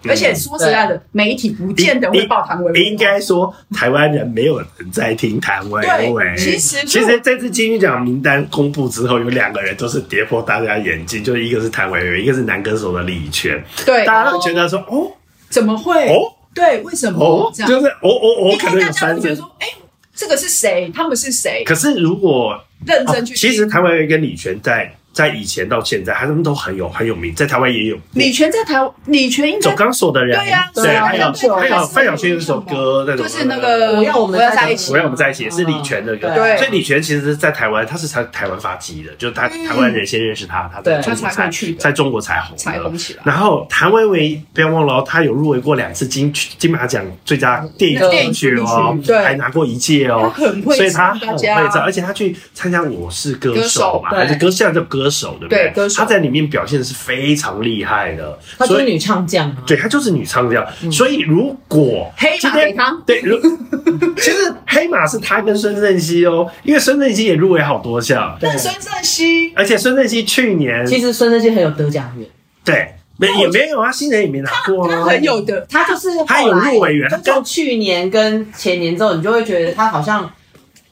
Speaker 3: 而且说实在的，媒体不见得会报唐维维，
Speaker 1: 应该说台湾人没有人在听谭维维
Speaker 3: 对。其实
Speaker 1: 其实这次金曲奖名单公布之后，有两个人都是跌破大家眼镜，就是一个是谭维维，一个是男歌手的李泉，
Speaker 3: 对，
Speaker 1: 大家都觉得说哦
Speaker 3: 怎么会？
Speaker 1: 哦
Speaker 3: 对，为什么、
Speaker 1: 哦，
Speaker 3: 这样？
Speaker 1: 就是哦哦哦，可
Speaker 3: 因
Speaker 1: 能
Speaker 3: 为大
Speaker 1: 有
Speaker 3: 家
Speaker 1: 三
Speaker 3: 都觉得
Speaker 1: 人。
Speaker 3: 说，哎、这个是谁？他们是谁？
Speaker 1: 可是如果
Speaker 3: 认
Speaker 1: 哦
Speaker 3: 真去听、
Speaker 1: 其实谭维维跟李泉在在以前到现在，他们都很有很有名，在台湾也有。
Speaker 3: 李泉在台，李泉应
Speaker 1: 走
Speaker 3: 该
Speaker 1: 钢索的人，
Speaker 3: 对呀
Speaker 1: 对，还有
Speaker 3: 走钢索
Speaker 1: 还有范晓萱有一首歌，那种
Speaker 3: 就是那个我要我们在一起
Speaker 1: 我让我们在一起，也是李泉的歌。
Speaker 2: 嗯
Speaker 3: 对
Speaker 1: 所以李泉其实是在台湾，他是台台湾发迹的，就是他
Speaker 3: 嗯
Speaker 1: 台湾人先认识他，他在
Speaker 2: 对
Speaker 1: 中国
Speaker 3: 他才
Speaker 1: 才
Speaker 3: 会去的
Speaker 1: 在中国才红的
Speaker 3: 才红起来。
Speaker 1: 然后谭维维，不要忘了哦，他有入围过两次金曲金马奖最佳电影
Speaker 2: 电
Speaker 1: 歌
Speaker 2: 影
Speaker 1: 曲哦
Speaker 3: 曲，对
Speaker 1: 还拿过一届
Speaker 3: 他
Speaker 1: 哦，
Speaker 3: 很会
Speaker 1: 所以他
Speaker 3: 唱，
Speaker 1: 很
Speaker 3: 大
Speaker 1: 会
Speaker 3: 家
Speaker 1: 唱，而且他去参加《我是歌手》嘛，
Speaker 2: 歌手
Speaker 1: 还是歌现在叫歌手，对不
Speaker 3: 对歌手
Speaker 1: 他在里面表现的是非常厉害的，
Speaker 2: 她就
Speaker 1: 所
Speaker 2: 是
Speaker 1: 以
Speaker 2: 女唱将啊，
Speaker 1: 对他就是女唱将。所以如果
Speaker 3: 嗯黑
Speaker 1: 今
Speaker 3: 马给
Speaker 1: 天
Speaker 3: 他，
Speaker 1: 对，如 <laughs> 其实黑马是他跟孙正熙哦，因为孙正熙也入围好多项，
Speaker 2: 对
Speaker 3: 但孙正熙
Speaker 1: 而且孙正熙去年
Speaker 2: 其实孙正熙很有得奖缘，
Speaker 1: 对没也没有啊，新人也没拿过啊，
Speaker 3: 很有的，
Speaker 2: 他就是后来
Speaker 1: 他有入围员他
Speaker 2: 就
Speaker 1: 跟
Speaker 2: 从去年跟前年之后，你就会觉得他好像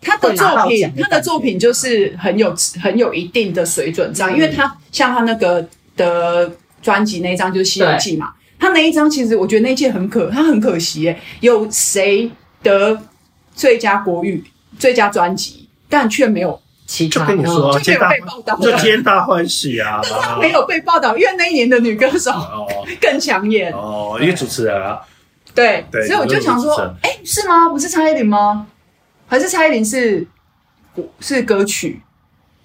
Speaker 3: 他的
Speaker 2: 会拿到
Speaker 3: 作
Speaker 2: 奖
Speaker 3: 品
Speaker 2: 的感觉
Speaker 3: 他的作品就是很有很有一定的水准这样，
Speaker 2: 嗯
Speaker 3: 因为他像他那个的专辑那一张就是《西游记》嘛，他那一张其实我觉得那一届很可，他很可惜耶，有谁得最佳国语、最佳专辑，但却没有
Speaker 2: 其
Speaker 1: 就
Speaker 2: 他
Speaker 1: 跟你说
Speaker 3: 就没
Speaker 1: 皆
Speaker 3: 有
Speaker 1: 哦大
Speaker 3: 被报道，
Speaker 1: <laughs> 就皆大欢喜啊。
Speaker 3: 但是 <laughs> 他没有被报道，因为那一年的女歌手
Speaker 1: 哦
Speaker 3: 更抢眼，
Speaker 1: 哦，因为主持人啊，
Speaker 3: 对，
Speaker 1: 对
Speaker 3: 所以我就想说
Speaker 1: 有点，
Speaker 3: 哎、是吗？不是蔡依林吗？还是蔡依林是是歌曲？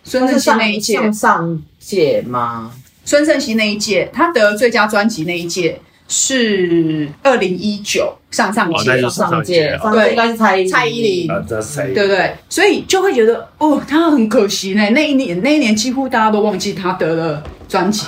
Speaker 3: 孙
Speaker 2: 他
Speaker 3: 正
Speaker 2: 是
Speaker 3: 熙
Speaker 2: 上
Speaker 3: 那一届，
Speaker 2: 上上届吗？
Speaker 3: 孙正熙那一届，他得最佳专辑那一届是二零一九上上
Speaker 1: 哦，那
Speaker 3: 届，
Speaker 1: 就是上
Speaker 2: 上
Speaker 1: 一届
Speaker 2: 届
Speaker 1: 啊
Speaker 2: 上届应该是蔡依
Speaker 3: 蔡依林
Speaker 1: 啊，这是谁？
Speaker 3: 对不对？所以就会觉得，哦，他很可惜呢。那一年，那一年几乎大家都忘记他得了专辑，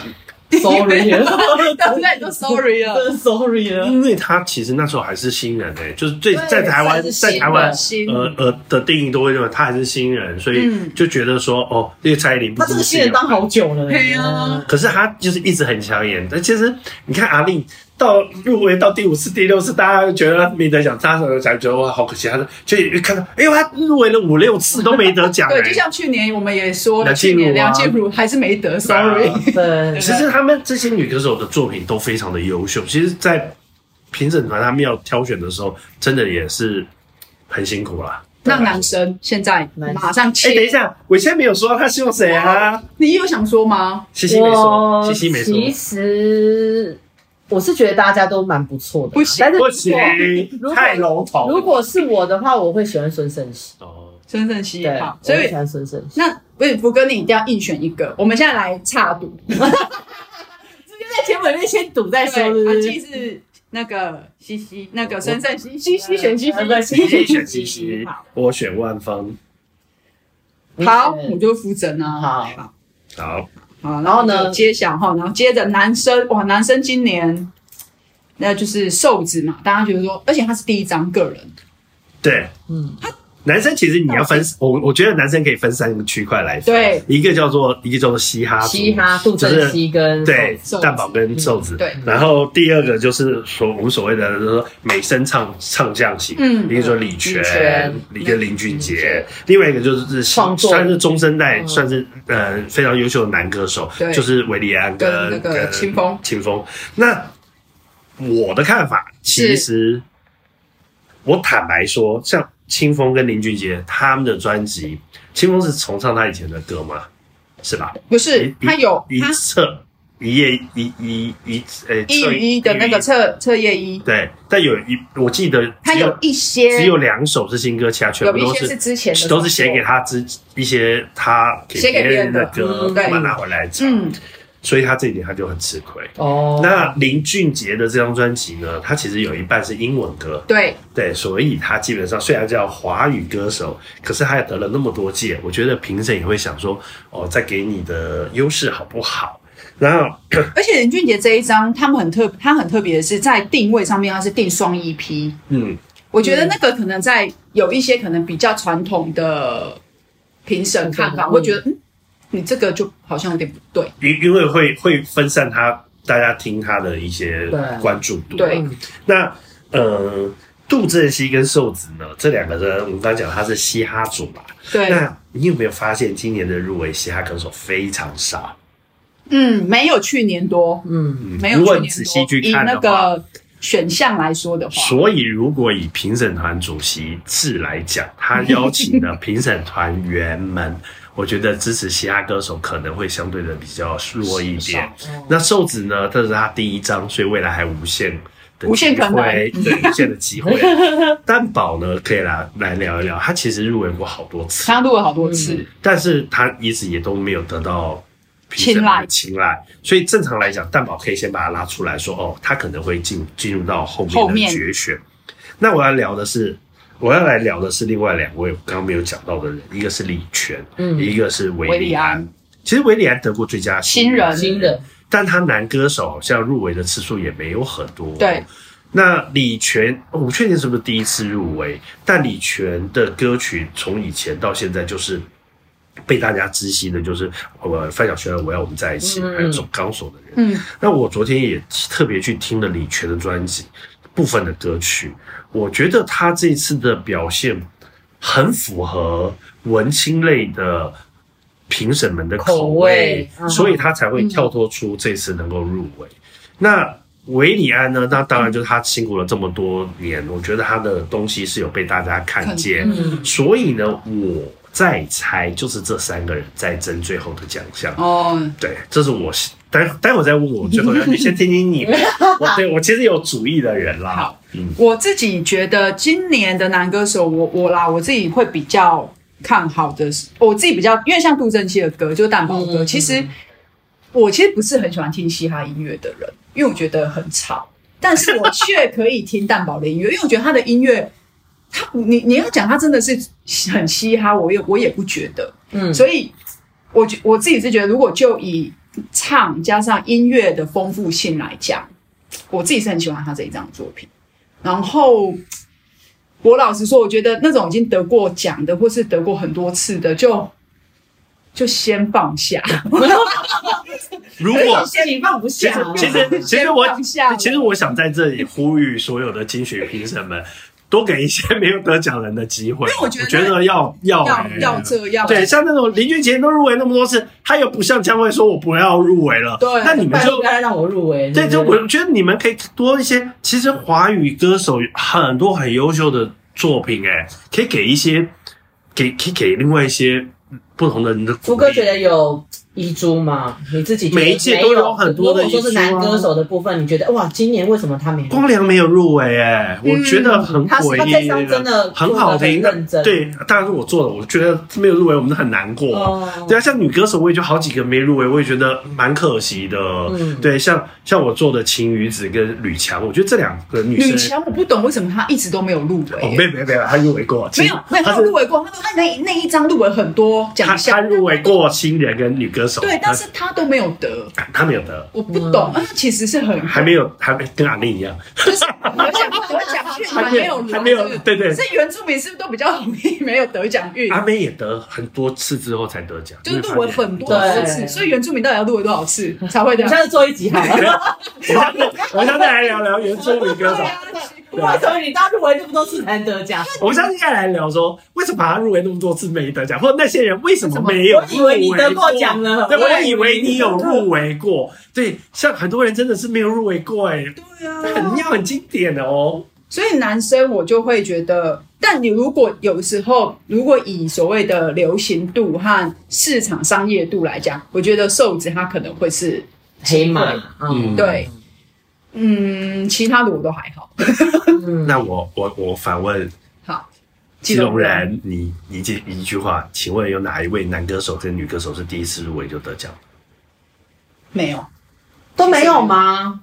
Speaker 2: ，sorry 了，
Speaker 3: 对不对？都 sorry 了。
Speaker 2: 真的 sorry 了，
Speaker 1: 因为他其实那时候还是新人诶、就是最
Speaker 2: 对
Speaker 1: 在台湾，
Speaker 2: 算是新
Speaker 1: 在
Speaker 2: 人
Speaker 1: 台湾，
Speaker 3: 新
Speaker 1: 呃呃的定义都会认为他还是新人，所以
Speaker 3: 嗯
Speaker 1: 就觉得说，哦，因为蔡依林不
Speaker 2: 他这个新人当好久了，
Speaker 3: 对啊
Speaker 1: 可是他就是一直很抢眼。但其实你看阿令到入围到第五次、第六次，大家觉得没得奖，大家才觉得哇好可惜。他说就一看到，哎呦，他入围了五六次都没得奖、欸，
Speaker 3: 对，就像去年我们也说了，
Speaker 1: 梁静
Speaker 3: 去
Speaker 1: 茹啊
Speaker 3: 年梁静茹还是没得，sorry。
Speaker 2: 对，
Speaker 1: 其实他们这些女歌手的作品都非常的优秀，其实，在评审团他们要挑选的时候，真的也是很辛苦啦。
Speaker 3: 那男生现在马
Speaker 1: 哎、
Speaker 3: 上
Speaker 1: 等
Speaker 3: 切，
Speaker 1: 一下，我现在没有说他希望谁啊？
Speaker 3: 你有想说吗？
Speaker 1: 西西没说，
Speaker 2: 我
Speaker 1: 西西没
Speaker 2: 其
Speaker 1: 说，
Speaker 2: 实我是觉得大家都蛮不错的，
Speaker 3: 不行
Speaker 2: 但是
Speaker 1: 不行
Speaker 2: 如，果
Speaker 1: 太笼统。
Speaker 2: 如果是我的话，我会喜欢孙胜熙。
Speaker 1: 哦，
Speaker 3: 孙胜熙
Speaker 2: 对
Speaker 3: 也好，，
Speaker 2: 我
Speaker 3: 所
Speaker 2: 会
Speaker 3: 以
Speaker 2: 喜欢孙胜熙。
Speaker 3: 那不是福哥，你一定要硬选一个。我们现在来插赌，
Speaker 2: 直接在节目里面先赌再
Speaker 3: 对，
Speaker 2: 说，是不
Speaker 3: 阿
Speaker 2: 是
Speaker 3: 基？是啊那个西西，那个孙胜熙，西西选西
Speaker 2: 呃对
Speaker 3: 西，
Speaker 1: 西西选
Speaker 3: 选
Speaker 1: 西西
Speaker 3: 好，
Speaker 1: 我选万芳。
Speaker 2: 你
Speaker 3: <laughs> 好，
Speaker 2: 选
Speaker 3: 我就扶正啊。
Speaker 2: 好
Speaker 3: 好，
Speaker 1: 好，
Speaker 3: 好，
Speaker 2: 然后呢
Speaker 3: 就揭晓哈，然后接着男生，哇，男生今年那就是瘦子嘛，大家觉得说，而且他是第一张个人，
Speaker 1: 对，
Speaker 2: 嗯，
Speaker 1: 男生其实你要分，我我觉得男生可以分三个区块来分，
Speaker 3: 对，
Speaker 1: 一个叫做一个叫做嘻哈族，
Speaker 2: 嘻哈杜
Speaker 1: 就
Speaker 2: 振
Speaker 1: 是
Speaker 2: 熙跟
Speaker 1: 对
Speaker 3: 瘦子嗯
Speaker 1: 蛋堡跟瘦子，
Speaker 3: 对
Speaker 1: 然后第二个就是所我们所谓的就是说美声唱唱将型，
Speaker 3: 嗯
Speaker 1: 比如说李泉
Speaker 2: 李泉、
Speaker 1: 一个林俊杰，另外一个就是
Speaker 2: 创作
Speaker 1: 算是中生代，
Speaker 2: 嗯
Speaker 1: 算是呃非常优秀的男歌手
Speaker 3: 对，
Speaker 1: 就是韦礼安
Speaker 3: 跟那个
Speaker 1: 跟
Speaker 3: 清风
Speaker 1: 清风。那我的看法，其实我坦白说，像清风跟林俊杰他们的专辑，清风是重唱他以前的歌嘛，是吧？
Speaker 3: 不是
Speaker 1: 一
Speaker 3: 他有
Speaker 1: 一
Speaker 3: 他
Speaker 1: 册一页一一一呃
Speaker 3: 一
Speaker 1: 册
Speaker 3: 与一的那个测测验一，
Speaker 1: 对，但有一我记得
Speaker 3: 他
Speaker 1: 只
Speaker 3: 有
Speaker 1: 有
Speaker 3: 一些
Speaker 1: 只有两首是新歌，其他全
Speaker 3: 有
Speaker 1: 部
Speaker 3: 一
Speaker 1: 都
Speaker 3: 些是
Speaker 1: 是
Speaker 3: 之前的
Speaker 1: 都是写给他之一些他给
Speaker 3: 写给
Speaker 1: 别
Speaker 3: 别人
Speaker 1: 人的
Speaker 3: 的
Speaker 1: 歌，
Speaker 2: 嗯
Speaker 1: 把
Speaker 3: 对
Speaker 1: 它拿回来唱，
Speaker 3: 嗯
Speaker 1: 所以他这一点他就很吃亏。
Speaker 2: 哦，
Speaker 1: 那林俊杰的这张专辑呢，他其实有一半是英文歌，
Speaker 3: 对
Speaker 1: 对，所以他基本上虽然叫华语歌手，可是他也得了那么多届，我觉得评审也会想说，哦，再给你的优势好不好？然后
Speaker 3: 而且林俊杰这一张，他们很特，他很特别的是在定位上面，他是定双 EP。
Speaker 1: 嗯，
Speaker 3: 我觉得那个可能在有一些可能比较传统的评审看法，
Speaker 2: 嗯
Speaker 3: 会觉得嗯，你这个就好像有点不对。
Speaker 1: 因因为会会分散他大家听他的一些
Speaker 2: 对
Speaker 1: 关注度。
Speaker 3: 对
Speaker 2: 嗯
Speaker 1: 那呃，杜振熙跟瘦子呢，这两个人我们刚刚讲他是嘻哈组嘛，
Speaker 3: 对，
Speaker 1: 那你有没有发现今年的入围嘻哈歌手非常少？
Speaker 3: 嗯，没有去年多，
Speaker 2: 嗯，
Speaker 3: 没有
Speaker 1: 如
Speaker 3: 去年
Speaker 1: 果
Speaker 3: 多。
Speaker 1: 你仔细去
Speaker 3: 以
Speaker 1: 看
Speaker 3: 那
Speaker 1: 的话。
Speaker 3: 个选项来说的话，
Speaker 1: 所以，如果以
Speaker 3: <laughs>
Speaker 1: 评审团主席制来讲，他邀请了评审团员们，我觉得支持嘻哈歌手可能会相对的比较弱一点。
Speaker 2: 少
Speaker 1: 那瘦子呢，这是他第一张，所以未来还无限。
Speaker 3: 无限可能
Speaker 1: 对
Speaker 3: <laughs>
Speaker 1: 无限的机会。蛋宝呢，可以来来聊一聊，他其实入围过好多次，
Speaker 3: 他录了好多次，
Speaker 1: 但是他一直也都没有得到评审
Speaker 3: 青睐
Speaker 1: 的青睐，所以正常来讲，蛋宝可以先把他拉出来说，哦，他可能会进进入到后
Speaker 3: 后
Speaker 1: 面的
Speaker 3: 面
Speaker 1: 决选。那我要聊的是，我要来聊的是另外两位我刚刚没有讲到的人，一个是李泉，
Speaker 2: 嗯
Speaker 1: 一个是维
Speaker 3: 维
Speaker 1: 里
Speaker 3: 里
Speaker 1: 安。
Speaker 3: 安
Speaker 1: 其实维里安得过最佳
Speaker 3: 新人
Speaker 2: 新人，
Speaker 1: 但他男歌手好像入围的次数也没有很多。
Speaker 3: 对，
Speaker 1: 那李泉，我不确定是不是第一次入围，但李泉的歌曲从以前到现在就是被大家知悉的，就是呃范晓萱、我要我们在一起，
Speaker 2: 嗯
Speaker 1: 还有走钢索的人。
Speaker 3: 嗯，
Speaker 1: 那我昨天也特别去听了李泉的专辑部分的歌曲，我觉得他这次的表现很符合文青类的评审们的口
Speaker 2: 口味嗯
Speaker 1: 所以他才会跳脱出这次能够入围。那维里安呢？那当然就是他辛苦了这么多年，我觉得他的东西是有被大家看见，
Speaker 2: 嗯
Speaker 1: 所以呢，我在猜就是这三个人在争最后的奖项。
Speaker 3: 哦，
Speaker 1: 对，这是我待待会儿再问我，最后你先听听
Speaker 3: <laughs>
Speaker 1: 你们。我
Speaker 2: <laughs>
Speaker 1: 对我其实有主意的人啦。
Speaker 3: 好
Speaker 1: 嗯，
Speaker 3: 我自己觉得今年的男歌手，我我啦，我自己会比较看好的是，我自己比较，因为像杜振熙的歌，就是蛋堡的歌，
Speaker 2: 嗯
Speaker 3: 其实我其实不是很喜欢听嘻哈音乐的人，因为我觉得很吵，但是我却可以听蛋堡的音乐，因为我觉得他的音乐。他不你你要讲他真的是很嘻哈，我也我也不觉得，
Speaker 2: 嗯，
Speaker 3: 所以我觉我自己是觉得，如果就以唱加上音乐的丰富性来讲，我自己是很喜欢他这一张作品。然后我老实说，我觉得那种已经得过奖的，或是得过很多次的，就就先放下。
Speaker 1: 如果
Speaker 3: 先你放不
Speaker 1: 哎其实其实其实我
Speaker 3: 先放下了
Speaker 1: 其实我想在这里呼吁所有的金曲评审们，多给一些没有得奖人的机会。
Speaker 3: 因为我觉得
Speaker 1: 要要哎
Speaker 3: 要要这样，
Speaker 1: 欸对，像那种林俊杰都入围那么多次，他又不像姜惠说我不要入围了。
Speaker 3: 对
Speaker 1: 那你们就
Speaker 2: 不然让我入围，
Speaker 1: 对，
Speaker 2: 是
Speaker 1: 就
Speaker 2: 不是
Speaker 1: 我觉得你们可以多一些。其实华语歌手很多很优秀的作品、哎，可以给一些，给可以给另外一些不同的人的鼓励
Speaker 2: 福哥觉得有遗珠吗？你自己觉得
Speaker 1: 每一届都
Speaker 2: 没
Speaker 1: 有很多的
Speaker 2: 如果说
Speaker 1: 遗
Speaker 2: 是
Speaker 1: 珠
Speaker 2: 男
Speaker 1: 啊
Speaker 2: 歌手的部分，你觉得哇，今年为什么他没？
Speaker 1: 光良没有入围、哎、我觉得很
Speaker 2: 嗯他是
Speaker 1: 诡
Speaker 2: 他
Speaker 1: 异、
Speaker 2: 这张真的
Speaker 1: 很好听
Speaker 2: 做得很认真
Speaker 1: 对，当然是我做的，我觉得没有入围，我们很难过。
Speaker 2: 哦
Speaker 1: 对啊，像女歌手，我也就好几个没入围，我也觉得蛮可惜的。
Speaker 2: 嗯
Speaker 1: 对，像像我做的晴雨子跟吕强，我觉得这两个女
Speaker 3: 女
Speaker 1: 生
Speaker 3: 强，我不懂为什么她一直都没有入围。欸
Speaker 1: 哦，没有没有没有，他入围过，
Speaker 3: 没有，没有，
Speaker 1: 他
Speaker 3: 她
Speaker 1: 是
Speaker 3: 入围过，她她那那一张入围很多
Speaker 1: 他
Speaker 3: 奖项，
Speaker 1: 他入围过新人跟女歌手，
Speaker 3: 对，但是她都没有得，
Speaker 1: 他啊他没有得，
Speaker 3: 我不懂，啊，其实是很
Speaker 1: 还没有还没跟阿丽一样，
Speaker 3: 就是得奖得奖运还没有
Speaker 1: 还没有
Speaker 3: 来
Speaker 1: 对对啊
Speaker 3: 是原住民是不是都比较容易没有得奖运？
Speaker 1: 阿妹也得很多次之后才得奖，
Speaker 3: 就是
Speaker 1: 因
Speaker 3: 入围
Speaker 1: 为她也
Speaker 3: 很多很多次，
Speaker 2: 对
Speaker 3: 所以原住民到底要入围多少次才会
Speaker 2: 我
Speaker 3: 得
Speaker 2: 们
Speaker 3: 奖？
Speaker 2: <laughs> 下次做一集好了。
Speaker 1: 我们下次我们下次来聊聊原住民歌手
Speaker 3: 对。啊奇怪
Speaker 2: <laughs> 为什么你当入围这么多次才得奖？
Speaker 1: 我们下次再来聊说，为什么他入围那么多次没得奖，或者那些人为什么没有
Speaker 2: 我
Speaker 1: 入围
Speaker 2: 以为你得过奖了，
Speaker 1: 对，我以为你有入围过。对，像很多人真的是没有入围过、哎，
Speaker 3: 对啊，
Speaker 1: 很妙，很经典哦。
Speaker 3: 所以男生我就会觉得，但你如果有时候如果以所谓的流行度和市场商业度来讲，我觉得瘦子他可能会是
Speaker 2: 黑马，
Speaker 1: 嗯
Speaker 2: 嗯，
Speaker 3: 对，嗯，其他的我都还好。
Speaker 2: 嗯，
Speaker 1: 那我我我反问
Speaker 3: 好，
Speaker 1: 基隆人，你你这一句话，请问有哪一位男歌手跟女歌手是第一次入围就得奖？
Speaker 3: 没有，
Speaker 2: 都没有吗？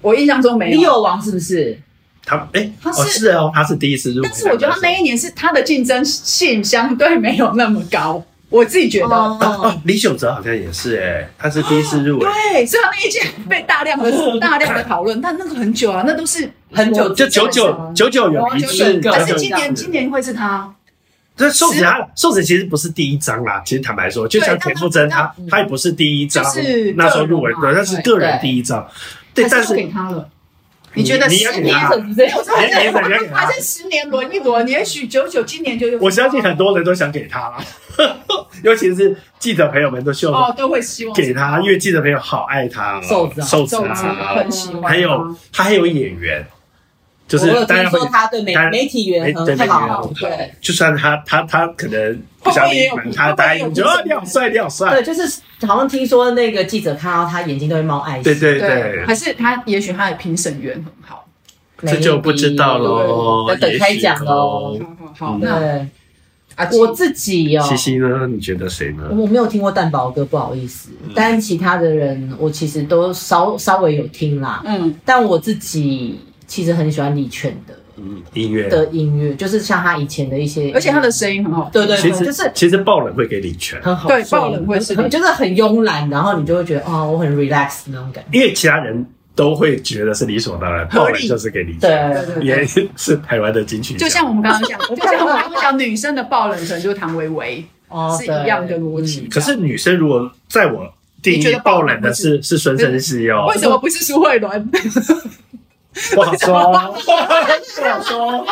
Speaker 3: 我印象中没
Speaker 2: 你有王是不是？
Speaker 1: 他哎、
Speaker 3: 他是
Speaker 1: 哦是哦，他是第一次入围男
Speaker 3: 但
Speaker 1: 歌手。
Speaker 3: 是我觉得他那一年是他的竞争性相对没有那么高，我自己觉得。
Speaker 1: 哦哦，李玖哲好像也是哎、他是第一次入围。
Speaker 3: 对，所以他那一届被大
Speaker 1: <laughs>
Speaker 3: 量的大量的讨论，但那个很久啊，那都是
Speaker 2: 很久
Speaker 1: 就九九九九有
Speaker 2: 哦
Speaker 1: 一次，
Speaker 2: 99个
Speaker 1: 九九
Speaker 3: 但是
Speaker 1: 有
Speaker 3: 今
Speaker 1: 一
Speaker 3: 年
Speaker 1: 次
Speaker 3: 今年会是他，
Speaker 1: 这瘦子他瘦子其实不是第一张啦，其实坦白说，就像田馥甄他
Speaker 2: 但他
Speaker 1: 他也不是第一张
Speaker 3: 就是，
Speaker 1: 那时候入围
Speaker 3: 个人
Speaker 1: 对，
Speaker 3: 嘛
Speaker 1: 他是
Speaker 3: 对
Speaker 1: 个人第一张，对，
Speaker 3: 还
Speaker 1: 但
Speaker 3: 是
Speaker 1: 是
Speaker 3: 都给他了。你觉得
Speaker 1: 你要
Speaker 3: 十
Speaker 1: 给
Speaker 3: 年
Speaker 1: 他
Speaker 2: 哎是不是？
Speaker 3: 我说还
Speaker 1: 你
Speaker 3: 在
Speaker 1: 要给他
Speaker 3: 还在十年轮一轮，也许九九今年就有。
Speaker 1: 我相信很多人都想给他啦， <laughs> 尤其是记者朋友们都秀
Speaker 3: 哦都会希望
Speaker 1: 给他，因为记者朋友好爱他哦，
Speaker 2: 瘦子啊
Speaker 1: 瘦子
Speaker 3: 瘦子
Speaker 1: 啊，
Speaker 3: 很喜欢他，
Speaker 1: 还有他还有演员，就是
Speaker 2: 我有
Speaker 1: 大
Speaker 2: 听
Speaker 1: 家会
Speaker 2: 说他对媒
Speaker 1: 大家
Speaker 2: 媒体缘
Speaker 1: 对
Speaker 2: 很
Speaker 1: 媒体缘
Speaker 2: 好
Speaker 1: 很，
Speaker 2: 对
Speaker 1: 就算他他他可能不想理你们，他答应你就哦你好帅你好帅
Speaker 2: 对，，就是好像听说那个记者看到他眼睛都会冒爱心，
Speaker 1: 对对
Speaker 3: 对，
Speaker 1: 对，
Speaker 3: 还是他也许他的评审员很好。
Speaker 1: 这就不知道喽，
Speaker 2: 要等开奖喽
Speaker 1: 也许
Speaker 3: 好好好，
Speaker 1: 嗯
Speaker 3: 那啊
Speaker 2: 对，
Speaker 3: 阿七
Speaker 2: 我自己哦
Speaker 1: 哦。，西西呢？你觉得谁呢？
Speaker 2: 我没有听过蛋宝歌，不好意思，
Speaker 3: 嗯
Speaker 2: 但其他的人我其实都稍稍微有听啦，
Speaker 3: 嗯，
Speaker 2: 但我自己其实很喜欢李泉的
Speaker 1: 嗯，音乐。
Speaker 2: 的音乐，就是像他以前的一些，
Speaker 3: 而且他的声音很好，
Speaker 2: 对对
Speaker 1: 其
Speaker 2: 对，
Speaker 1: 实
Speaker 2: 就是
Speaker 1: 其实爆冷会给李泉，
Speaker 2: 很好
Speaker 3: 对
Speaker 2: 睡
Speaker 3: 爆冷会是
Speaker 2: 很就是很慵懒，然后你就会觉得哦，我很 relax 那种感觉。
Speaker 1: 因为其他人都会觉得是理所当然，
Speaker 3: 合
Speaker 1: 爆
Speaker 3: 理
Speaker 1: 冷就是给李泉，
Speaker 3: 对
Speaker 2: 对，
Speaker 3: 对对
Speaker 1: 也是台湾的金曲奖。
Speaker 3: 就像我们刚刚讲，就像我们刚刚讲，女生的爆冷可能就是唐维维，
Speaker 2: 哦，
Speaker 3: 是
Speaker 2: 对
Speaker 3: 一样的逻辑。
Speaker 2: 嗯
Speaker 1: 可是女生如果在我定
Speaker 3: 你觉
Speaker 1: 义
Speaker 3: 得爆
Speaker 1: 爆
Speaker 3: 冷
Speaker 1: 冷的
Speaker 3: 会是
Speaker 1: 是是孙盛熙哦
Speaker 3: 为，什么不是苏慧伦？
Speaker 1: 不好说， <laughs> 不好说，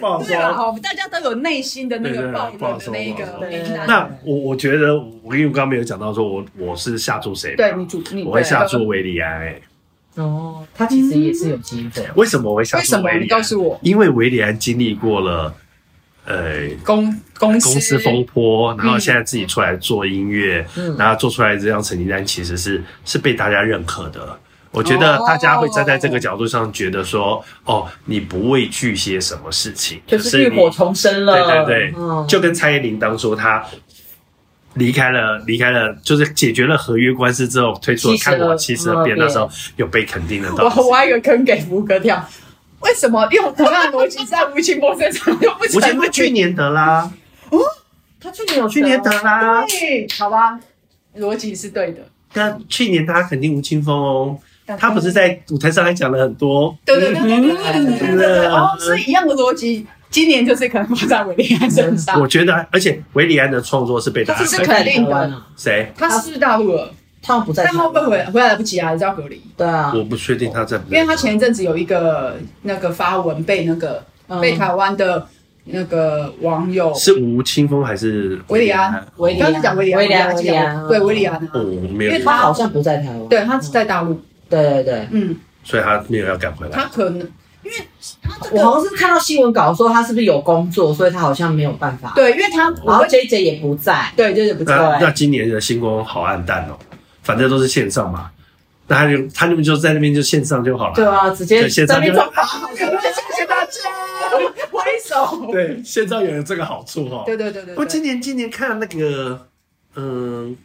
Speaker 1: 不好
Speaker 3: 对了，
Speaker 1: 说。
Speaker 3: 好，大家都有内心的那
Speaker 1: 对
Speaker 3: 个
Speaker 1: 对
Speaker 3: 爆
Speaker 1: 不好
Speaker 3: 冷的
Speaker 1: 说
Speaker 3: 那一个
Speaker 1: 不好
Speaker 2: 说
Speaker 3: 那一个。
Speaker 1: 那我我觉得，我因为我刚刚没有讲到说我我是下注谁嘛，
Speaker 3: 对你主你
Speaker 1: 我会
Speaker 3: 对
Speaker 1: 下注维里安、欸。
Speaker 2: 哦，他其实也是有机会。
Speaker 1: 为什么我会下
Speaker 3: 为什
Speaker 1: 注
Speaker 3: 么？
Speaker 1: 维
Speaker 3: 你
Speaker 1: 里
Speaker 3: 告
Speaker 1: 安？
Speaker 3: 诉我，
Speaker 1: 因为维里安经历过了，呃，
Speaker 3: 公公司
Speaker 1: <laughs> 公司风波，然后现在自己出来做音乐，
Speaker 2: 嗯
Speaker 1: 然后做出来这张成绩单，其实是是被大家认可的。我觉得大家会站在这
Speaker 2: 哦
Speaker 1: 个角度上，觉得说，哦，你不畏惧些什么事情，
Speaker 2: 就
Speaker 1: 可
Speaker 2: 是浴
Speaker 1: 你
Speaker 2: 火重生了，
Speaker 1: 对对对，
Speaker 2: 嗯，
Speaker 1: 就跟蔡依林当初她离开了，离开了，就是解决了合约官司之后，推出了
Speaker 2: 72
Speaker 1: 看我七十二变，
Speaker 2: 嗯
Speaker 1: 那时候有被肯定的到底是。
Speaker 3: 我挖一个坑给福哥跳。为什么用同样的逻辑在吴青波身上又不成立？
Speaker 1: 吴建贵去年得啦，
Speaker 2: 他去年有
Speaker 1: 去啊年得啦，
Speaker 3: 对，好吧，逻辑是对的。
Speaker 1: 那去年他肯定吴青峰哦，
Speaker 3: 但
Speaker 1: 他不是在舞台上还讲了很多，
Speaker 3: 对对对对对对对对对，哦，是一样的逻辑。今年就是可能放在维利安身上
Speaker 1: 嗯我，觉得，而且维里安的创作是被大
Speaker 3: 他是
Speaker 1: 家
Speaker 3: 肯定的
Speaker 2: 的，
Speaker 1: 谁？
Speaker 3: 他是大陆了，
Speaker 2: 啊他不在
Speaker 3: 但
Speaker 2: 台
Speaker 3: 他
Speaker 2: 湾，
Speaker 3: 会不会回回来不及啊？还是要隔离？
Speaker 2: 对啊，
Speaker 1: 我不确定他在不
Speaker 3: 因
Speaker 1: 在，
Speaker 3: 为他前一阵子有一个那个发文被那个
Speaker 2: 嗯
Speaker 3: 被台湾的那个网友，
Speaker 1: 是吴青峰还是
Speaker 3: 维里安？
Speaker 2: 维里
Speaker 3: 刚刚
Speaker 2: 安，
Speaker 3: 讲啊维利安，
Speaker 2: 维里安，
Speaker 3: 维
Speaker 2: 维
Speaker 3: 利
Speaker 2: 里安
Speaker 3: 安，，对维利安，
Speaker 1: 哦，没
Speaker 3: 因
Speaker 1: 有
Speaker 3: 为，
Speaker 2: 啊他好像不在台湾，
Speaker 3: 对，他是在大陆，
Speaker 2: 对对对，
Speaker 3: 嗯，
Speaker 1: 所以他没有要赶回来。
Speaker 3: 他可能因为他这
Speaker 2: 我
Speaker 3: 个
Speaker 2: 好像是看到新闻稿说他是不是有工作，所以他好像没有办法，
Speaker 3: 对，因为他
Speaker 2: 然
Speaker 3: 我
Speaker 2: 后
Speaker 3: 会
Speaker 2: J J 也不在，
Speaker 3: 对就是不知道
Speaker 1: 那
Speaker 2: 对啊
Speaker 1: 那今年的星光好暗淡哦，反正都是线上嘛，那他就他那边就在那边就线上就好了。
Speaker 2: 对啊，直接
Speaker 1: 对，线
Speaker 2: 在那
Speaker 1: 上就
Speaker 2: 边走
Speaker 3: 谢谢大家，挥手。
Speaker 1: 对，线上有这个好处哦。
Speaker 3: 对对对对
Speaker 1: 不过今
Speaker 3: 对，
Speaker 1: 年今年看那个，嗯，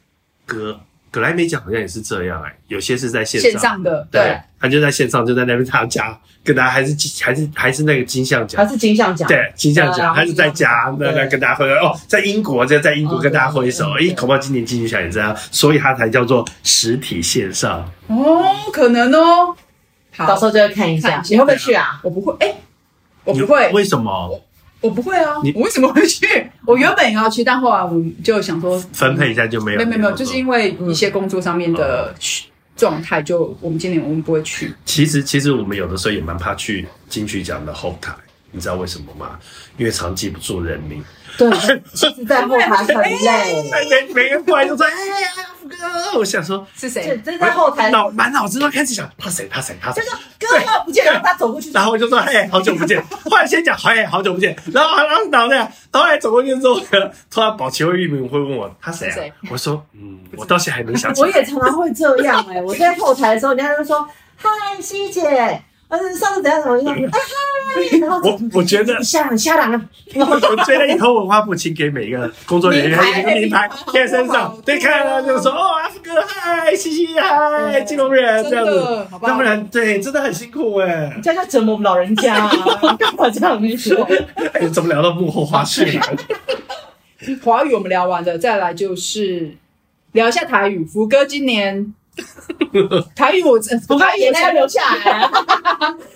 Speaker 1: 格格莱美奖好像也是这样哎，有些是在线
Speaker 3: 线
Speaker 1: 上。
Speaker 3: 上的
Speaker 1: 对，他就在线上，就在那边他家跟大家还是还是还是那个金像奖
Speaker 2: 还，是金像奖，
Speaker 1: 对金像
Speaker 2: 对啊
Speaker 1: 奖，还是在家
Speaker 2: 对
Speaker 1: 那那跟大家挥哦，在英国在在英国
Speaker 2: 哦
Speaker 1: 跟大家挥手，
Speaker 2: 对
Speaker 1: 诶，恐怕今年金曲奖也这样，所以它才叫做实体线上。
Speaker 3: 哦，可能哦。
Speaker 2: 到
Speaker 3: 好
Speaker 2: 时，候就会看一下
Speaker 3: 看，一下
Speaker 2: 你会不会去啊？
Speaker 3: 我不会，哎，我
Speaker 1: 你
Speaker 3: 不会，
Speaker 1: 为什么
Speaker 3: 我不会啊
Speaker 1: 你，
Speaker 3: 我为什么会去？我原本也要去，但后来我们就想说
Speaker 1: 分配一下就没
Speaker 3: 没
Speaker 1: 有？
Speaker 3: 有没有没有，就是因为一些工作上面的状态，就我们今年我们不会去。
Speaker 1: 其实其实我们有的时候也蛮怕去金曲奖的后台，你知道为什么吗？因为常记不住人名，
Speaker 2: 对，其实在后台很
Speaker 1: <laughs>
Speaker 2: 累，
Speaker 1: 哎每每个人过来就说哎呀福哥，我想说。
Speaker 3: 是
Speaker 2: 这
Speaker 3: 谁？
Speaker 2: 这在后台
Speaker 1: 脑满脑子都开始想他谁他谁他谁，
Speaker 2: 哥要不见了，他走过去，
Speaker 1: 然后我就说：“哎，好久不
Speaker 2: <laughs>
Speaker 1: 见。”后来先讲：“哎，好久不见。”然后，然后，然后那样，然后来走过去之后，突然保齐会玉明会问我他谁
Speaker 3: 是谁
Speaker 1: 啊？我说：“嗯，我到现在还没想起
Speaker 2: 我
Speaker 1: 来。
Speaker 2: 也常常会这样哎、我在后台的时候，人家就说：“嗨，西姐，呃，上次怎样怎么样？”啊嗨，然后
Speaker 1: 我我觉得
Speaker 2: 你下你下来了，”
Speaker 1: 我觉得以后文化部请给每一个工作人员
Speaker 2: 名牌
Speaker 1: 一个名
Speaker 2: <laughs>
Speaker 1: 牌贴身上，对，看了就说：“哦，阿福哥，嗨，西西，嗨，金融人
Speaker 3: 真
Speaker 1: 这样子。
Speaker 3: 的，好”吧
Speaker 1: 要不，然，对，真的很辛苦哎
Speaker 2: 你。这样折磨我们老人家、啊，干嘛这样说？
Speaker 1: 哎怎么聊到幕后花絮了？
Speaker 3: 华语我们聊完了，再来就是聊一下台语。福哥今年台语我真，
Speaker 2: 我把
Speaker 3: 台语
Speaker 2: 眼泪要
Speaker 3: 我真
Speaker 2: 流下来、啊。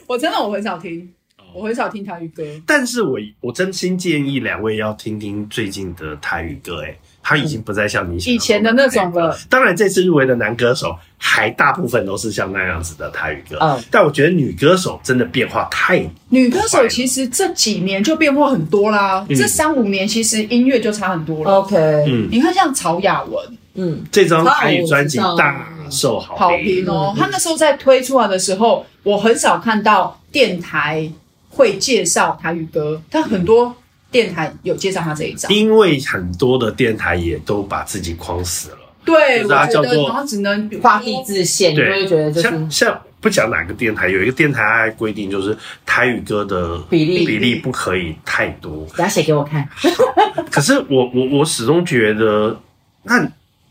Speaker 3: 我真的我很少听，我很少听台语歌。
Speaker 1: 但是我我真心建议两位要听听最近的台语歌，哎，他已经不再像你想象中
Speaker 3: 以前的那种了，
Speaker 1: 当然，这次入围的男歌手还大部分都是像那样子的台语歌，
Speaker 2: 嗯
Speaker 1: 但我觉得女歌手真的变化太
Speaker 3: 女歌手其实这几年就变化很多啦，
Speaker 1: 嗯
Speaker 3: 这三五年其实音乐就差很多了。
Speaker 2: 哦 OK，
Speaker 1: 嗯，
Speaker 3: 你看像曹雅文
Speaker 2: 嗯，
Speaker 1: 这张台语专辑
Speaker 2: 啊我知道
Speaker 1: 大受好
Speaker 3: 好
Speaker 1: 评。
Speaker 3: 评哦，
Speaker 2: 嗯
Speaker 3: 她那时候在推出来的时候，我很少看到电台会介绍台语歌，他很多电台有介绍他这一张。
Speaker 1: 因为很多的电台也都把自己框死了。
Speaker 3: 对，
Speaker 1: 就
Speaker 3: 我
Speaker 1: 是它
Speaker 3: 觉
Speaker 1: 叫
Speaker 3: 得
Speaker 1: 做
Speaker 3: 然后只能
Speaker 2: 画
Speaker 3: 画
Speaker 2: 地
Speaker 3: 地
Speaker 2: 自限，你就会觉得就是
Speaker 1: 像像不讲哪个电台，有一个电台还规定就是台语歌的
Speaker 2: 比例
Speaker 1: 比例不可以太多。
Speaker 2: 等下写给我看，
Speaker 1: 可是我我我始终觉得，那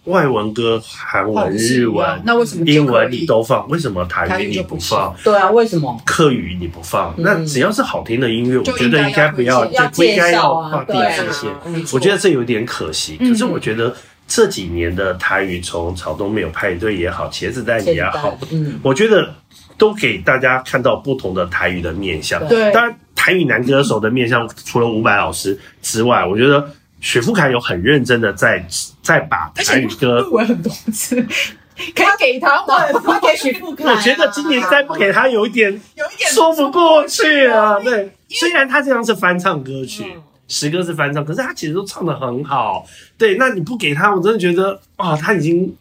Speaker 1: 外文歌、韩
Speaker 3: 画
Speaker 1: 文、
Speaker 3: 地是一
Speaker 1: 日
Speaker 3: 样
Speaker 1: 文、
Speaker 3: 那为什么就
Speaker 1: 英
Speaker 3: 可
Speaker 1: 文
Speaker 3: 以
Speaker 1: 你都放，为什么台
Speaker 3: 台
Speaker 1: 语
Speaker 3: 语
Speaker 1: 你
Speaker 3: 就
Speaker 1: 不
Speaker 3: 不
Speaker 1: 放？
Speaker 2: 对啊，为什么？
Speaker 1: 客语你不放，
Speaker 2: 嗯
Speaker 1: 那只要是好听的音乐，我
Speaker 3: 就
Speaker 1: 觉得应
Speaker 3: 应该
Speaker 1: 该
Speaker 3: 要
Speaker 1: 不要，
Speaker 3: 推
Speaker 1: 就
Speaker 2: 荐
Speaker 1: 不应该
Speaker 2: 要介绍
Speaker 1: 要
Speaker 2: 啊
Speaker 1: 放地
Speaker 2: 对
Speaker 1: 这
Speaker 2: 啊
Speaker 1: 些。
Speaker 2: 没错
Speaker 1: 我觉得这有点可惜。
Speaker 3: 嗯
Speaker 1: 可是我觉得这几年的台语，从草东没有派对也好，茄子蛋也好，
Speaker 2: 嗯，
Speaker 1: 我觉得都给大家看到不同的台语的面相。
Speaker 3: 对
Speaker 1: 当然，台语男歌手的面相，除了伍佰老师之外，我觉得许富凯有很认真的在在把台
Speaker 3: 而且
Speaker 1: 语歌。
Speaker 3: 入围很多次， <laughs> 可以给他吗？
Speaker 2: 发给许富凯啊
Speaker 1: 我觉得今年再不给他有一点
Speaker 3: 有一点
Speaker 1: 说不过去
Speaker 3: 嗯
Speaker 1: 啊。对，虽然他这张是翻唱歌曲，十歌是翻唱，可是他其实都唱的很好。对，那你不给他，我真的觉得啊、他已经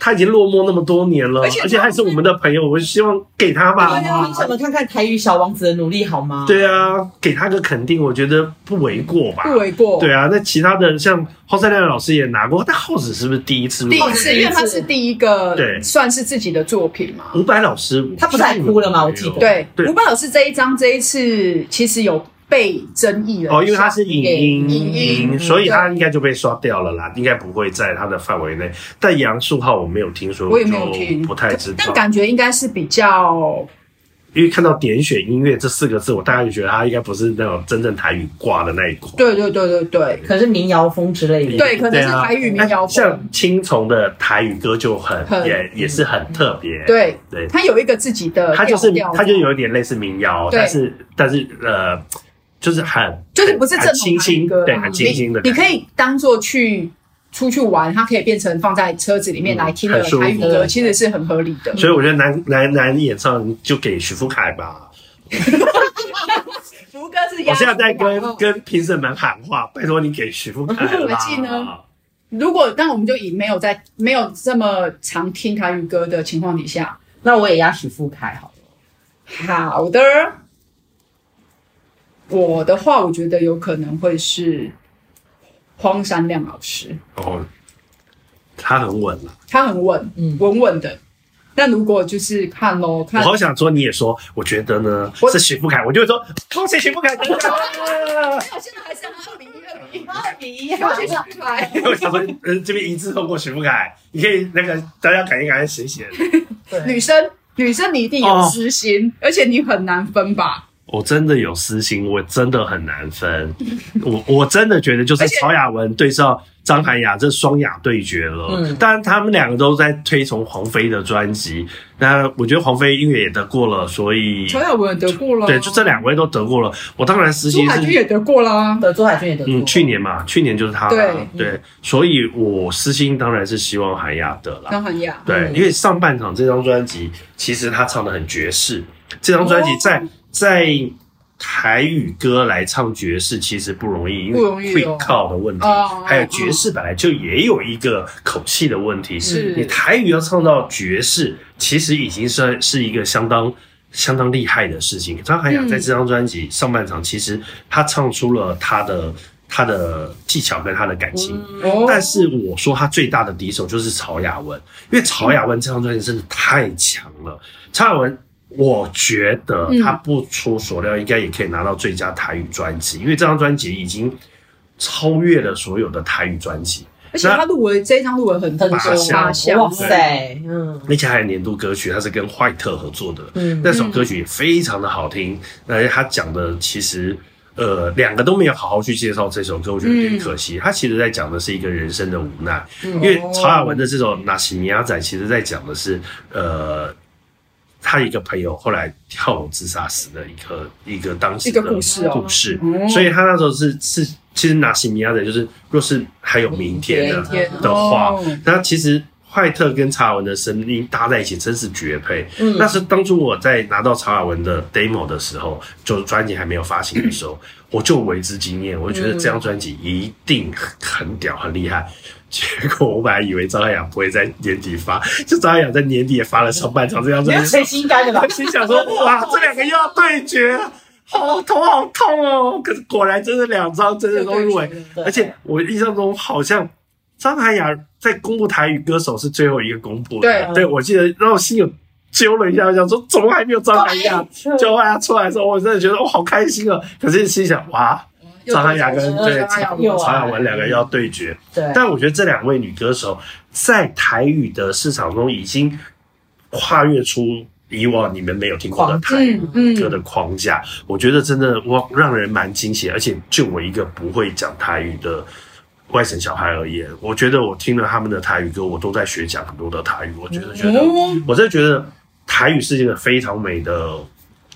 Speaker 1: 他已经落寞那么多年了，而
Speaker 3: 而且
Speaker 1: 且
Speaker 3: 他
Speaker 1: 还是我们的朋友，我希望给他吧。
Speaker 2: 大家凭什么看看台语小王子的努力好吗？
Speaker 1: 对啊，给他个肯定，我觉得不为过吧。
Speaker 3: 入围
Speaker 2: 哦
Speaker 3: 过，
Speaker 1: 对啊，那其他的像侯赛亮老师也拿过，但浩子是不是第一次入
Speaker 3: 第
Speaker 1: 围？
Speaker 3: 一次，因为他哦是第一个
Speaker 1: 对
Speaker 3: 算是自己的作品嘛。
Speaker 1: 伍佰老师，
Speaker 2: 他不是还哭了吗我记得
Speaker 3: 对，
Speaker 1: 对
Speaker 3: 伍佰老师这一张这一次其实有被争议了，
Speaker 1: 哦，因为他是影音，
Speaker 3: 影音嗯
Speaker 1: 所以他应该就被刷掉了啦，应该不会在他的范围内。但杨树浩我没有听说，
Speaker 3: 我也没有听，
Speaker 1: 就不太知道
Speaker 3: 但。感觉应该是比较
Speaker 1: 因为看到“点选音乐”这四个字，我大概就觉得他应该不是那种真正台语挂的那一款。
Speaker 3: 对对对对对，
Speaker 2: 可是民谣风之类的，
Speaker 3: 对可能是台语民谣
Speaker 1: 啊
Speaker 3: 风
Speaker 1: 像青虫的台语歌就很
Speaker 3: 很嗯
Speaker 1: 也也是很特别。
Speaker 3: 对
Speaker 1: 对，
Speaker 3: 他有一个自己的
Speaker 1: 它就是
Speaker 3: 呃调调
Speaker 1: 它就有点类似民谣，
Speaker 3: 对
Speaker 1: 但是但是呃，就是很
Speaker 3: 就是不是正
Speaker 1: 很
Speaker 3: 统
Speaker 1: 清
Speaker 3: 台
Speaker 1: 新，
Speaker 3: 语歌，啊
Speaker 1: 对，很清新的感
Speaker 3: 你你
Speaker 1: 觉。
Speaker 3: 可以当做去出去玩，它可以变成放在车子里面来听
Speaker 1: 嗯
Speaker 3: 的
Speaker 1: 很舒服
Speaker 3: 台语歌，其实是很合理的。
Speaker 1: 所以我觉得男男男演唱就给许富凯吧。
Speaker 3: 福哥是
Speaker 1: 我
Speaker 3: 压哦
Speaker 1: 现在在
Speaker 3: 住的
Speaker 1: 跟跟评审们喊话，拜托你给许富凯
Speaker 3: <laughs>
Speaker 1: 啦
Speaker 3: 我们记呢。如果但我们就以没有在没有这么常听台语歌的情况底下，
Speaker 2: 那我也压许富凯好了。
Speaker 3: 好的，我的话，我觉得有可能会是荒山亮老师，
Speaker 1: 哦，他很稳啊了。
Speaker 3: 他很稳，
Speaker 2: 嗯
Speaker 3: 稳稳的。但如果就是看咯，
Speaker 1: 我
Speaker 3: 看
Speaker 1: 好想说，你也说，我觉得呢
Speaker 3: 我
Speaker 1: 是许富凯，我就会说恭喜许富凯得奖啊了。
Speaker 3: 我现在还是二比一，二比啊一，
Speaker 2: 二比一
Speaker 3: 我去出来。
Speaker 1: <laughs> 因为我想说，呃，这边一致通过许富凯，你可以那个大家感应感应谁写的。
Speaker 3: 女生，女生你一定有私心，
Speaker 1: 哦
Speaker 3: 而且你很难分吧？
Speaker 1: 我真的有私心，我真的很难
Speaker 3: <laughs>
Speaker 1: 分。我我真的觉得就是
Speaker 3: 而且
Speaker 1: 曹雅文对上张涵雅这双雅对决了。
Speaker 2: 嗯
Speaker 1: 当然他们两个都在推崇黄飞的专辑。那我觉得黄飞音乐也得过了，所以
Speaker 3: 陈小文也得过了，
Speaker 1: 对，就这两位都得过了。我当然私
Speaker 3: 朱
Speaker 1: 心
Speaker 3: 海军
Speaker 1: 是。
Speaker 3: 也得过啦。
Speaker 2: 对，周海军也得过
Speaker 1: 嗯，去年嘛，去年就是他啦
Speaker 3: 对嗯
Speaker 1: 对，所以我私心当然是希望韩雅得啦。
Speaker 3: 张涵雅，
Speaker 1: 对，
Speaker 2: 嗯
Speaker 1: 因为上半场这张专辑，其实他唱的很爵士。这张专辑在、
Speaker 3: 哦
Speaker 1: 在台语歌来唱爵士其实不容易，因
Speaker 3: 不容
Speaker 1: 为
Speaker 3: 易
Speaker 1: 会
Speaker 3: 哦
Speaker 1: 靠的问题，
Speaker 3: 哦
Speaker 1: 还有爵士本来就也有一个口气的问题。
Speaker 3: 是
Speaker 1: 你台语要唱到爵士，其实已经算是一个相当。相当厉害的事情。张涵
Speaker 3: 嗯
Speaker 1: 雅在这张专辑上半场，其实他唱出了他的他的技巧跟他的感情。
Speaker 3: 哦
Speaker 1: 但是我说他最大的敌手就是曹雅文，因为曹雅文这张专辑真的太强了。曹雅文，我觉得他不出所料，应该也可以拿到最佳台语专辑，因为这张专辑已经超越了所有的台语专辑，
Speaker 3: 而且他入围这一张入围很啊
Speaker 2: 很
Speaker 3: 多
Speaker 1: 八项
Speaker 3: 八项，
Speaker 2: 哇塞，嗯
Speaker 1: 而且还有年度歌曲，他是跟坏特合作的，
Speaker 2: 嗯，
Speaker 1: 那首歌曲也非常的好听，而且他讲的其实。呃，两个都没有好好去介绍这首歌，我觉得有点可
Speaker 3: 嗯
Speaker 1: 惜。他其实在讲的是一个人生的无奈，因为
Speaker 3: 哦
Speaker 1: 曹雅文的这首《那西米亚仔》其实在讲的是，呃，他一个朋友后来跳楼自杀死的一个一个当时的
Speaker 3: 一个故事哦
Speaker 1: 故事
Speaker 3: 哦
Speaker 1: 所以他那时候是是，其实《那西米亚仔》就是，若是还有明天的
Speaker 2: 明
Speaker 3: 天
Speaker 1: 的话，
Speaker 3: 哦
Speaker 1: 那其实坏特跟查尔文的声音搭在一起真是绝配。
Speaker 2: 嗯
Speaker 1: 那是当初我在拿到查尔文的 demo 的时候，就是专辑还没有发行的时候，我就为之惊艳，我就觉得这张专辑一定很屌、很厉害。结果我本来以为张海雅不会在年底发，就张海雅在年底也发了上半场这张
Speaker 2: 没
Speaker 1: 专
Speaker 2: 有
Speaker 1: 辑，
Speaker 2: 谁心肝的吧
Speaker 1: 我？心想说：哇，这两个又要对决，哦，头好痛哦。可是果然真的两张真的都入围，而且我印象中好像张涵雅在公布台语歌手是最后一个公布的，
Speaker 2: 对
Speaker 1: 对我记得让我心有揪了一下，我想说怎么还没有张涵雅？ <laughs> 就后来她出来的时候，我真的觉得我好开心哦。可是心想哇，张涵雅跟
Speaker 2: 又
Speaker 1: 对
Speaker 2: 张涵雅
Speaker 1: 常
Speaker 2: 又来
Speaker 1: 常雅文两个要对决，
Speaker 2: 对，
Speaker 1: 但我觉得这两位女歌手在台语的市场中已经跨越出以往你们没有听过的台语
Speaker 3: 嗯嗯
Speaker 1: 歌的框架，我觉得真的哇，让人蛮惊喜。而且就我一个不会讲台语的外省小孩而言，我觉得我听了他们的台语歌，我都在学讲很多的台语。我觉得觉得，
Speaker 3: 哦
Speaker 1: 我真的觉得台语是一个非常美的。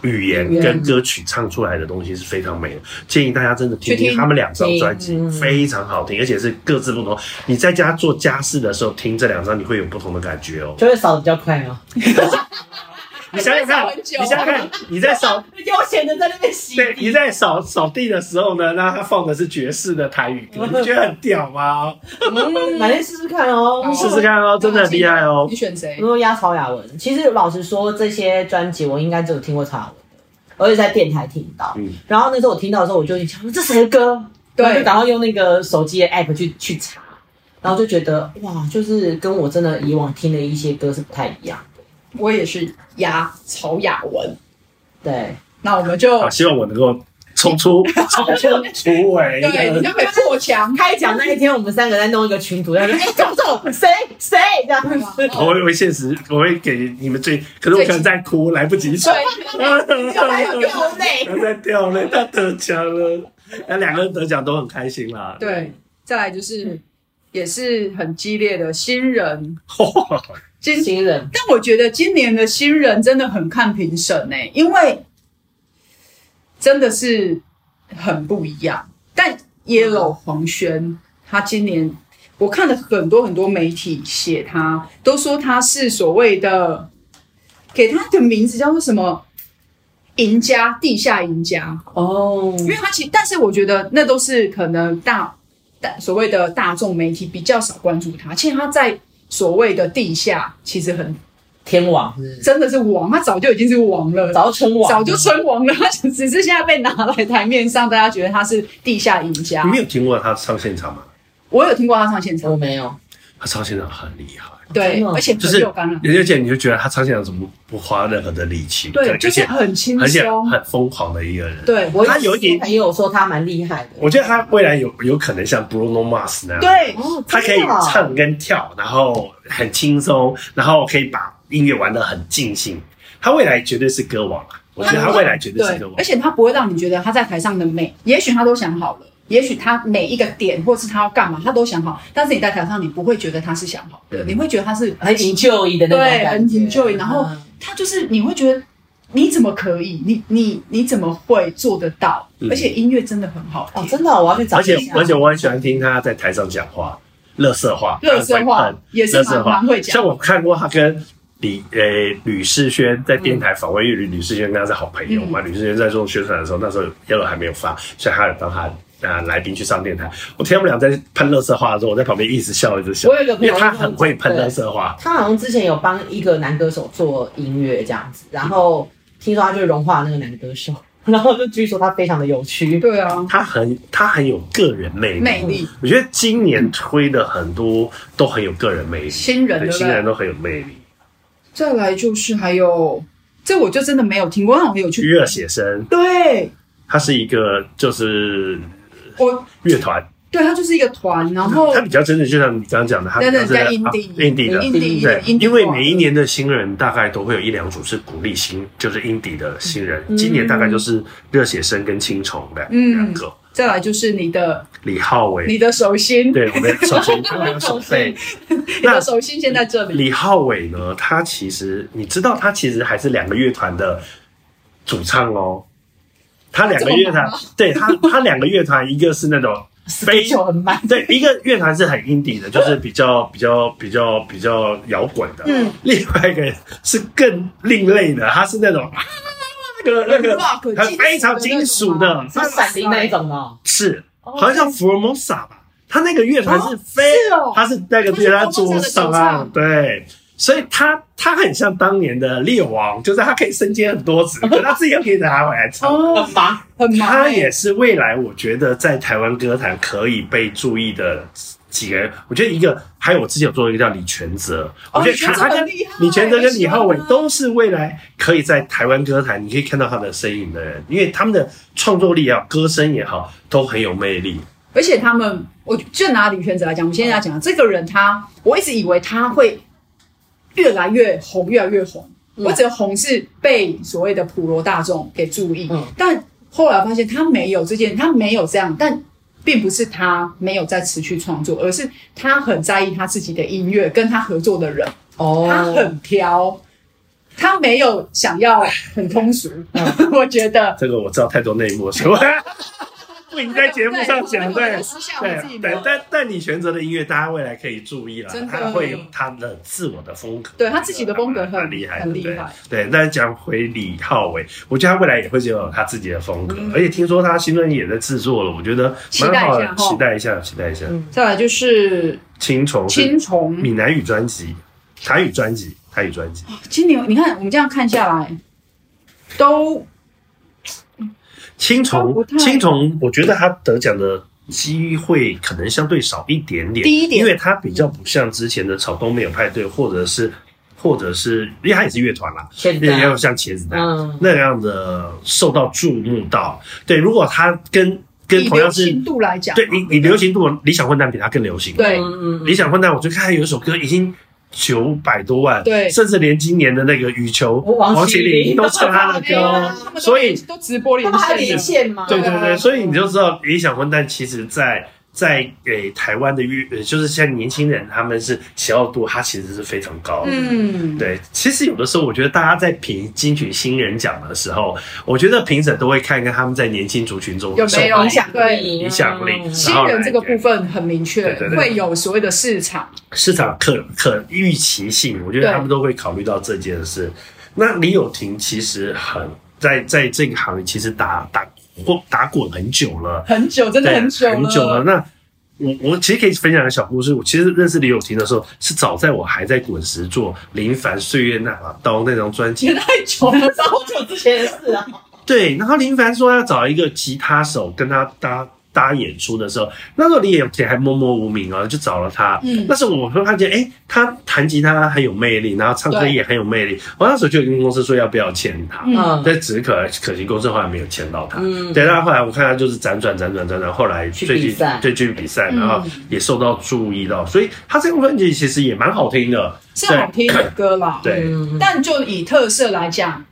Speaker 1: 语言
Speaker 2: 语言
Speaker 1: 跟歌曲唱出来的东西是非常美的，建议大家真的听
Speaker 3: 去
Speaker 1: 听
Speaker 3: 听
Speaker 1: 他们两张专辑
Speaker 2: 嗯，
Speaker 1: 非常好听，而且是各自不同。你在家做家事的时候听这两张，你会有不同的感觉哦。
Speaker 2: 就会扫得比较快哦。
Speaker 1: 你想想看，
Speaker 3: 还是会扫很久啊
Speaker 1: 你想想看，你在扫
Speaker 2: 悠闲的在那边洗
Speaker 1: 对，你在扫扫地的时候呢，那他放的是爵士的台语歌，你觉得很屌吗？
Speaker 2: 哪天嗯试试看哦。
Speaker 1: 试试看哦，真的很厉害哦
Speaker 3: 你。选谁
Speaker 2: 如？果压曹雅文，其实老实说，这些专辑我应该只有听过曹雅文的，而且在电台听到。
Speaker 1: 嗯
Speaker 2: 然后那时候我听到的时候，我就想说这谁的歌？
Speaker 3: 对
Speaker 2: 然后就赶快用那个手机的 app 去去查，然后就觉得哇，就是跟我真的以往听的一些歌是不太一样。
Speaker 3: 我也是压曹雅文。
Speaker 2: 对，
Speaker 3: 那我们就
Speaker 1: 好，希望我能够冲出冲出突围。
Speaker 3: 对，你就可以破墙。
Speaker 2: 开讲那一天，我们三个在弄一个群组，在 <laughs> 那边哎，总总谁谁这样子。
Speaker 1: 我会我会现实，我会给你们最，可是我可能在哭，来不及说。
Speaker 2: 又来又掉泪，
Speaker 1: 他在掉泪，他得奖了。那两个人得奖都很开心啦。
Speaker 3: 对，再来就是也是很激烈的新人。
Speaker 1: 哦 <laughs>
Speaker 2: 新行人
Speaker 3: 但我觉得今年的新人真的很看评审呢，因为真的是很不一样。但 Yellow 黄轩他今年我看了很多很多媒体写他，都说他是所谓的给他的名字叫做什么赢家，地下赢家。
Speaker 2: 哦，
Speaker 3: 因为他其但是我觉得那都是可能大大所谓的大众媒体比较少关注他，其实他在所谓的地下其实很
Speaker 2: 天王是不是
Speaker 3: 真的是王，他早就已经是王了，
Speaker 2: 早就称王，
Speaker 3: 早就称王了，他只是现在被拿来台面上，大家觉得他是地下赢家
Speaker 1: 你。没有听过他上现场吗？
Speaker 3: 我有听过他上现场，
Speaker 2: 我没有，
Speaker 1: 他上现场很厉害，
Speaker 3: 对
Speaker 2: 真的，哦
Speaker 3: 而且
Speaker 1: 就
Speaker 3: 很
Speaker 1: 是
Speaker 3: 有感染，啊
Speaker 1: 而且你就觉得他上现场怎么不花任何的力气？
Speaker 3: 对，
Speaker 1: 而
Speaker 3: 就是
Speaker 1: 且
Speaker 3: 很轻
Speaker 1: 而且
Speaker 3: 松，
Speaker 1: 很疯狂的一个人。，
Speaker 3: 对，
Speaker 2: 我
Speaker 1: 他有一点
Speaker 2: 朋友说他蛮厉害的，
Speaker 1: 我觉得他未来有有可能像 Bruno Mars 那样，，
Speaker 3: 对，
Speaker 2: 哦，
Speaker 1: 他可以
Speaker 2: 真的啊
Speaker 1: 唱跟跳，然后很轻松，然后可以把音乐玩得很尽兴。他未来绝对是歌王啊！我觉得他未来绝对是
Speaker 3: 对
Speaker 1: 歌，王
Speaker 3: 而。且他不会让你觉得他在台上的每，也许他都想好了，也许他每一个点或是他要干嘛，他都想好，但是你在台上你不会觉得他是想好的，
Speaker 1: 嗯
Speaker 3: 你会觉得他是
Speaker 2: 很 enjoy 的那种
Speaker 3: 对
Speaker 2: 感觉
Speaker 3: 很 enjoy，然后
Speaker 2: 嗯
Speaker 3: 他就是你会觉得你怎么可以，你你你怎么会做得到？
Speaker 1: 嗯
Speaker 3: 而且音乐真的很好
Speaker 2: 哦，
Speaker 3: 听，
Speaker 2: 真的哦，我要去找
Speaker 1: 而
Speaker 2: 一下。
Speaker 1: 且而且我很喜欢听他在台上讲话，乐色话，
Speaker 3: 热色
Speaker 1: 他
Speaker 3: 话
Speaker 1: 很会
Speaker 3: 也是
Speaker 1: 乐色
Speaker 3: 蛮
Speaker 1: 话
Speaker 3: 蛮会
Speaker 1: 喷。像
Speaker 3: 讲，
Speaker 1: 我看过他跟李呃吕世轩在电台访问，因为吕吕世轩跟他是好朋友嘛，
Speaker 3: 嗯
Speaker 1: 吕世轩在做宣传的时候，那时候 Yellow 还没有发，所以他有当他。啊，来宾去上电台，我听他们俩在喷乐色话的时候，我在旁边一直笑，一直笑。
Speaker 2: 我有一个朋
Speaker 1: 因
Speaker 2: 友
Speaker 1: 为他很会喷乐色话，
Speaker 2: 他好像之前有帮一个男歌手做音乐这样子，然后听说他就融化那个男歌手， <laughs> 然后就据说他非常的有趣。
Speaker 3: 对啊，
Speaker 1: 他很他很有个人魅力。
Speaker 3: 魅力
Speaker 1: 我觉得今年推的很多都很有个人魅力，
Speaker 3: 新人
Speaker 1: 对
Speaker 3: 对不
Speaker 1: 新人
Speaker 3: 对？
Speaker 1: 都很有魅力。
Speaker 3: 再来就是还有这我就真的没有听过，那我有去，
Speaker 1: 热血生，
Speaker 3: 对
Speaker 1: 他是一个就是
Speaker 3: 我
Speaker 1: 乐团，
Speaker 3: 对他就是一个团，然后
Speaker 1: 他比较真的就像你刚刚讲的，哦他比
Speaker 3: 对
Speaker 1: 较
Speaker 3: 对，
Speaker 1: 是
Speaker 3: 在
Speaker 1: 啊
Speaker 3: 印地，
Speaker 1: indie 的。
Speaker 3: 印地
Speaker 1: 对，
Speaker 3: 印地，
Speaker 1: 因为每一年的新人大概都会有一两组是鼓励新，就是 indie 的新人。今年大概就是热血生跟青虫两
Speaker 3: 嗯
Speaker 1: 两个，
Speaker 3: 再来就是你的
Speaker 1: 李浩伟，
Speaker 3: 你的手心，
Speaker 1: 对，我们首先他们有手背。 <laughs>
Speaker 3: 你
Speaker 1: 那
Speaker 3: 的手心现在这里，
Speaker 1: 李浩伟呢，他其实你知道，他其实还是两个乐团的主唱哦。他两个乐团 <laughs>
Speaker 3: 这么忙吗，
Speaker 1: 对他，他两个乐团，一个是那种非
Speaker 2: 球很慢，
Speaker 1: 对，一个乐团是很 indie 的，就是比较比较比较比较摇滚的。
Speaker 3: 嗯，
Speaker 1: 另外一个是更另类的，他是那种啊，那个那个
Speaker 3: Rock，
Speaker 1: 很非常金属的
Speaker 3: 金属，
Speaker 2: 是闪灵那一种哦。
Speaker 1: 是
Speaker 2: 哦
Speaker 1: 好像叫福尔摩萨吧。他那个乐团是非
Speaker 3: 哦是哦，
Speaker 1: 他是那个乐团主
Speaker 3: 他是福尔
Speaker 1: 唱
Speaker 3: 摩萨的主
Speaker 1: 啊
Speaker 3: 唱，
Speaker 1: 对。所以他他很像当年的列王，就是他可以身兼很多
Speaker 3: <laughs>
Speaker 1: 职，可他自己又可以拿回来唱。
Speaker 3: 哦，
Speaker 2: 很忙，
Speaker 3: 很忙、
Speaker 1: 他
Speaker 3: 欸，
Speaker 1: 也是未来我觉得在台湾歌坛可以被注意的几个人。我觉得一个，还有我之前有做一个叫李全哲，我
Speaker 3: 哦
Speaker 1: 觉
Speaker 3: 李
Speaker 1: 得
Speaker 3: 全
Speaker 1: 他
Speaker 3: 哲
Speaker 1: 他
Speaker 3: 很
Speaker 1: 跟
Speaker 3: 厉害
Speaker 1: 李全哲
Speaker 3: 我
Speaker 1: 跟
Speaker 3: 喜
Speaker 1: 李
Speaker 3: 欢
Speaker 1: 浩伟
Speaker 3: 他
Speaker 1: 都是未来可以在台湾歌坛你可以看到他的身影的人，因为他们的创作力也好，歌声也好，都很有魅力。
Speaker 3: 而且他们，我就拿李全哲来讲，我们现在要讲这个人他，我一直以为他会越来越红，越来越红。
Speaker 2: 嗯
Speaker 3: 我只得红是被所谓的普罗大众给注意，
Speaker 2: 嗯
Speaker 3: 但后来发现他没有这件，他没有这样，但并不是他没有在持续创作，而是他很在意他自己的音乐，跟他合作的人，
Speaker 2: 哦，
Speaker 3: 他很挑，他没有想要很通俗，
Speaker 2: 嗯
Speaker 3: <laughs> 我觉得
Speaker 1: 这个我知道太多内幕，所以我 <laughs> 不应该在节目上讲。
Speaker 3: 对
Speaker 1: 对
Speaker 3: 我私下我自己
Speaker 1: 对对
Speaker 3: 聊，
Speaker 1: 但但李全哲的音乐，大家未来可以注意啦
Speaker 3: 真，的
Speaker 1: 他会有他的自我的风格，
Speaker 3: 对他自己的风格很
Speaker 1: 蛮厉害，
Speaker 3: 很
Speaker 1: 对不对
Speaker 3: 厉害。
Speaker 1: 对，但是讲回李浩伟，我觉得他未来也会有他自己的风
Speaker 3: 嗯
Speaker 1: 格，而且听说他新专辑也在制作了，我觉得蛮好的，
Speaker 3: 期
Speaker 1: 期待一下，期待一下。
Speaker 3: 再来就是
Speaker 1: 青虫是
Speaker 3: 青虫，
Speaker 1: 闽南语专辑，台语专辑，台语专辑，
Speaker 3: 今年你看我们这样看下来，都
Speaker 1: 青
Speaker 3: 他哦不
Speaker 1: 虫
Speaker 3: 太，
Speaker 1: 青虫，我觉得他得奖的机会可能相对少一点点，
Speaker 3: 低一点
Speaker 1: 因为他比较不像之前的草东没有派对，或者是或者是，因为他也是乐团啦，
Speaker 2: 现
Speaker 1: 也
Speaker 2: 在
Speaker 1: 有像茄子蛋、
Speaker 2: 嗯
Speaker 1: 那样的受到注目到。对，如果他跟跟
Speaker 3: 以
Speaker 1: 同
Speaker 3: 流
Speaker 1: 样是
Speaker 3: 行度来讲，
Speaker 1: 对你你流行度，理想混蛋比他更流行，
Speaker 3: 对
Speaker 2: 嗯嗯
Speaker 1: 理想混蛋，我最看有一首歌已经九百多万，
Speaker 3: 对
Speaker 1: 甚至连今年的那个羽球
Speaker 2: 王
Speaker 1: 麒
Speaker 2: 麒麟
Speaker 1: 麟都唱他的
Speaker 3: <laughs> 对啊
Speaker 1: 歌，
Speaker 3: 他们都
Speaker 1: 所以
Speaker 3: 都直播
Speaker 2: 他
Speaker 3: 连
Speaker 2: 们还有
Speaker 3: 线
Speaker 2: 连
Speaker 3: 的，
Speaker 2: 线吗？
Speaker 1: 对
Speaker 3: 对啊
Speaker 1: 对对，所以你就知道理想混蛋其实在。在诶、台湾的乐，呃就是现在年轻人他们是喜好度，它其实是非常高的。
Speaker 3: 嗯，
Speaker 1: 对，其实有的时候我觉得大家在评金曲新人奖的时候，我觉得评审都会看看他们在年轻族群中
Speaker 3: 有
Speaker 1: 受
Speaker 3: 没有
Speaker 1: 欢迎
Speaker 3: 影响对
Speaker 1: 影响力
Speaker 2: 嗯
Speaker 3: 新人这个部分很明确
Speaker 1: 对对，对
Speaker 3: 会有所谓的市场，
Speaker 1: 市场可可预期性，我觉得
Speaker 3: 对
Speaker 1: 他们都会考虑到这件事。那李友廷其实很在在这个行业其实打打混打滚很久了，
Speaker 3: 很久真的
Speaker 1: 对，
Speaker 3: 很久
Speaker 1: 很久了。。那我我其实可以分享一个小故事。我其实认识李友廷的时候，是早在我还在滚石做《林凡岁月那把刀》那张专辑
Speaker 3: <laughs> 也太久了，
Speaker 2: 好久之前的事啊，
Speaker 1: 对，然后林凡说要找一个吉他手跟他搭搭演出的时候，那时候李友廷还默默无名哦，就找了他。
Speaker 3: 嗯
Speaker 1: 那时候我会发现，哎，他弹吉他很有魅力，然后唱歌
Speaker 3: 对
Speaker 1: 也很有魅力。我那时候就跟公司说要不要签他，
Speaker 2: 嗯
Speaker 1: 但只是可可惜公司后来没有签到他。
Speaker 2: 嗯
Speaker 1: 对，但后来我看他就是辗转辗转辗转，后来
Speaker 2: 去
Speaker 1: 最
Speaker 2: 比
Speaker 1: 近
Speaker 2: 赛
Speaker 1: 对去比赛，
Speaker 3: 嗯
Speaker 1: 然后也受到注意到，所以他这张专辑其实也蛮好听的，
Speaker 3: 是好听的歌啦，
Speaker 1: 对，对，
Speaker 2: 嗯
Speaker 3: 但就以特色来讲，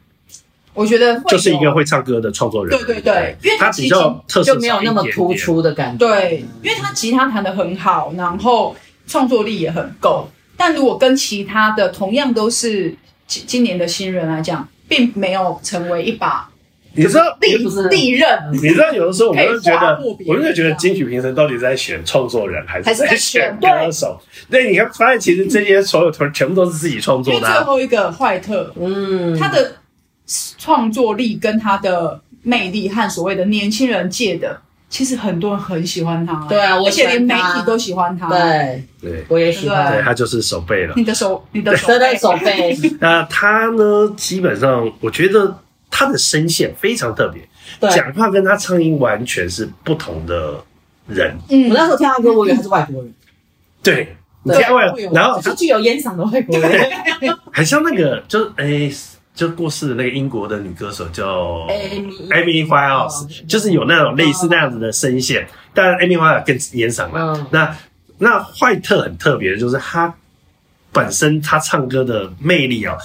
Speaker 3: 我觉得会有
Speaker 1: 就是一个会唱歌的创作人。
Speaker 3: 对对对因为他
Speaker 1: 他
Speaker 3: 其
Speaker 1: 比
Speaker 3: 实
Speaker 1: 较特色
Speaker 2: 就没有那么
Speaker 1: 少一点
Speaker 2: 突
Speaker 1: 点
Speaker 2: 出的感觉。
Speaker 3: 对，因为他吉他弹得很好，然后创作力也很够。但如果跟其他的同样都是今今年的新人来讲，并没有成为一把
Speaker 1: 你知道，
Speaker 3: 利
Speaker 2: 不是
Speaker 3: 利刃，
Speaker 1: 你知道有的时候我们就觉得
Speaker 3: 可以划过别，人
Speaker 1: 我们就觉得金曲评审到底在选创作人还
Speaker 3: 还
Speaker 1: 是
Speaker 3: 是在
Speaker 1: 在
Speaker 3: 选
Speaker 1: 选歌手？对，你看发现其实这些所有团全部都是自己创
Speaker 3: 因
Speaker 1: 作
Speaker 3: 为
Speaker 1: 的
Speaker 3: 最
Speaker 1: 啊、
Speaker 3: 后一个坏特，
Speaker 2: 嗯，
Speaker 3: 他的创作力跟他的魅力和所谓的年轻人界的，其实很多人很喜欢他，
Speaker 2: 对啊我
Speaker 3: 而且
Speaker 2: 喜
Speaker 3: 连
Speaker 2: 欢
Speaker 3: 媒
Speaker 2: 他
Speaker 3: 体都喜欢他，，
Speaker 2: 对
Speaker 1: 对，
Speaker 2: 我也喜
Speaker 1: 对
Speaker 2: 欢，
Speaker 1: 他就是手背了。
Speaker 3: 你的手，你的手
Speaker 2: 真的
Speaker 3: 背
Speaker 2: 手背，
Speaker 1: 那他呢，基本上我觉得他的声线非常特别，
Speaker 2: 对。
Speaker 1: <laughs> 讲话跟他唱音完全是不同的人。
Speaker 3: 嗯
Speaker 2: 我那时候听他歌，我以为他是外国人，
Speaker 1: 对，
Speaker 2: 对
Speaker 1: 加外
Speaker 3: 会有，
Speaker 1: 然后
Speaker 2: 是具有烟嗓的外国人。
Speaker 1: 很像那个，就是哎、就过世的那个英国的女歌手叫
Speaker 2: Amy
Speaker 1: Amy Winehouse，、
Speaker 2: 嗯
Speaker 1: 就是有那种类似那样子的声线，但 Amy Winehouse 更烟嗓了。
Speaker 2: 嗯
Speaker 1: 那那坏特很特别的就是他本身他唱歌的魅力哦，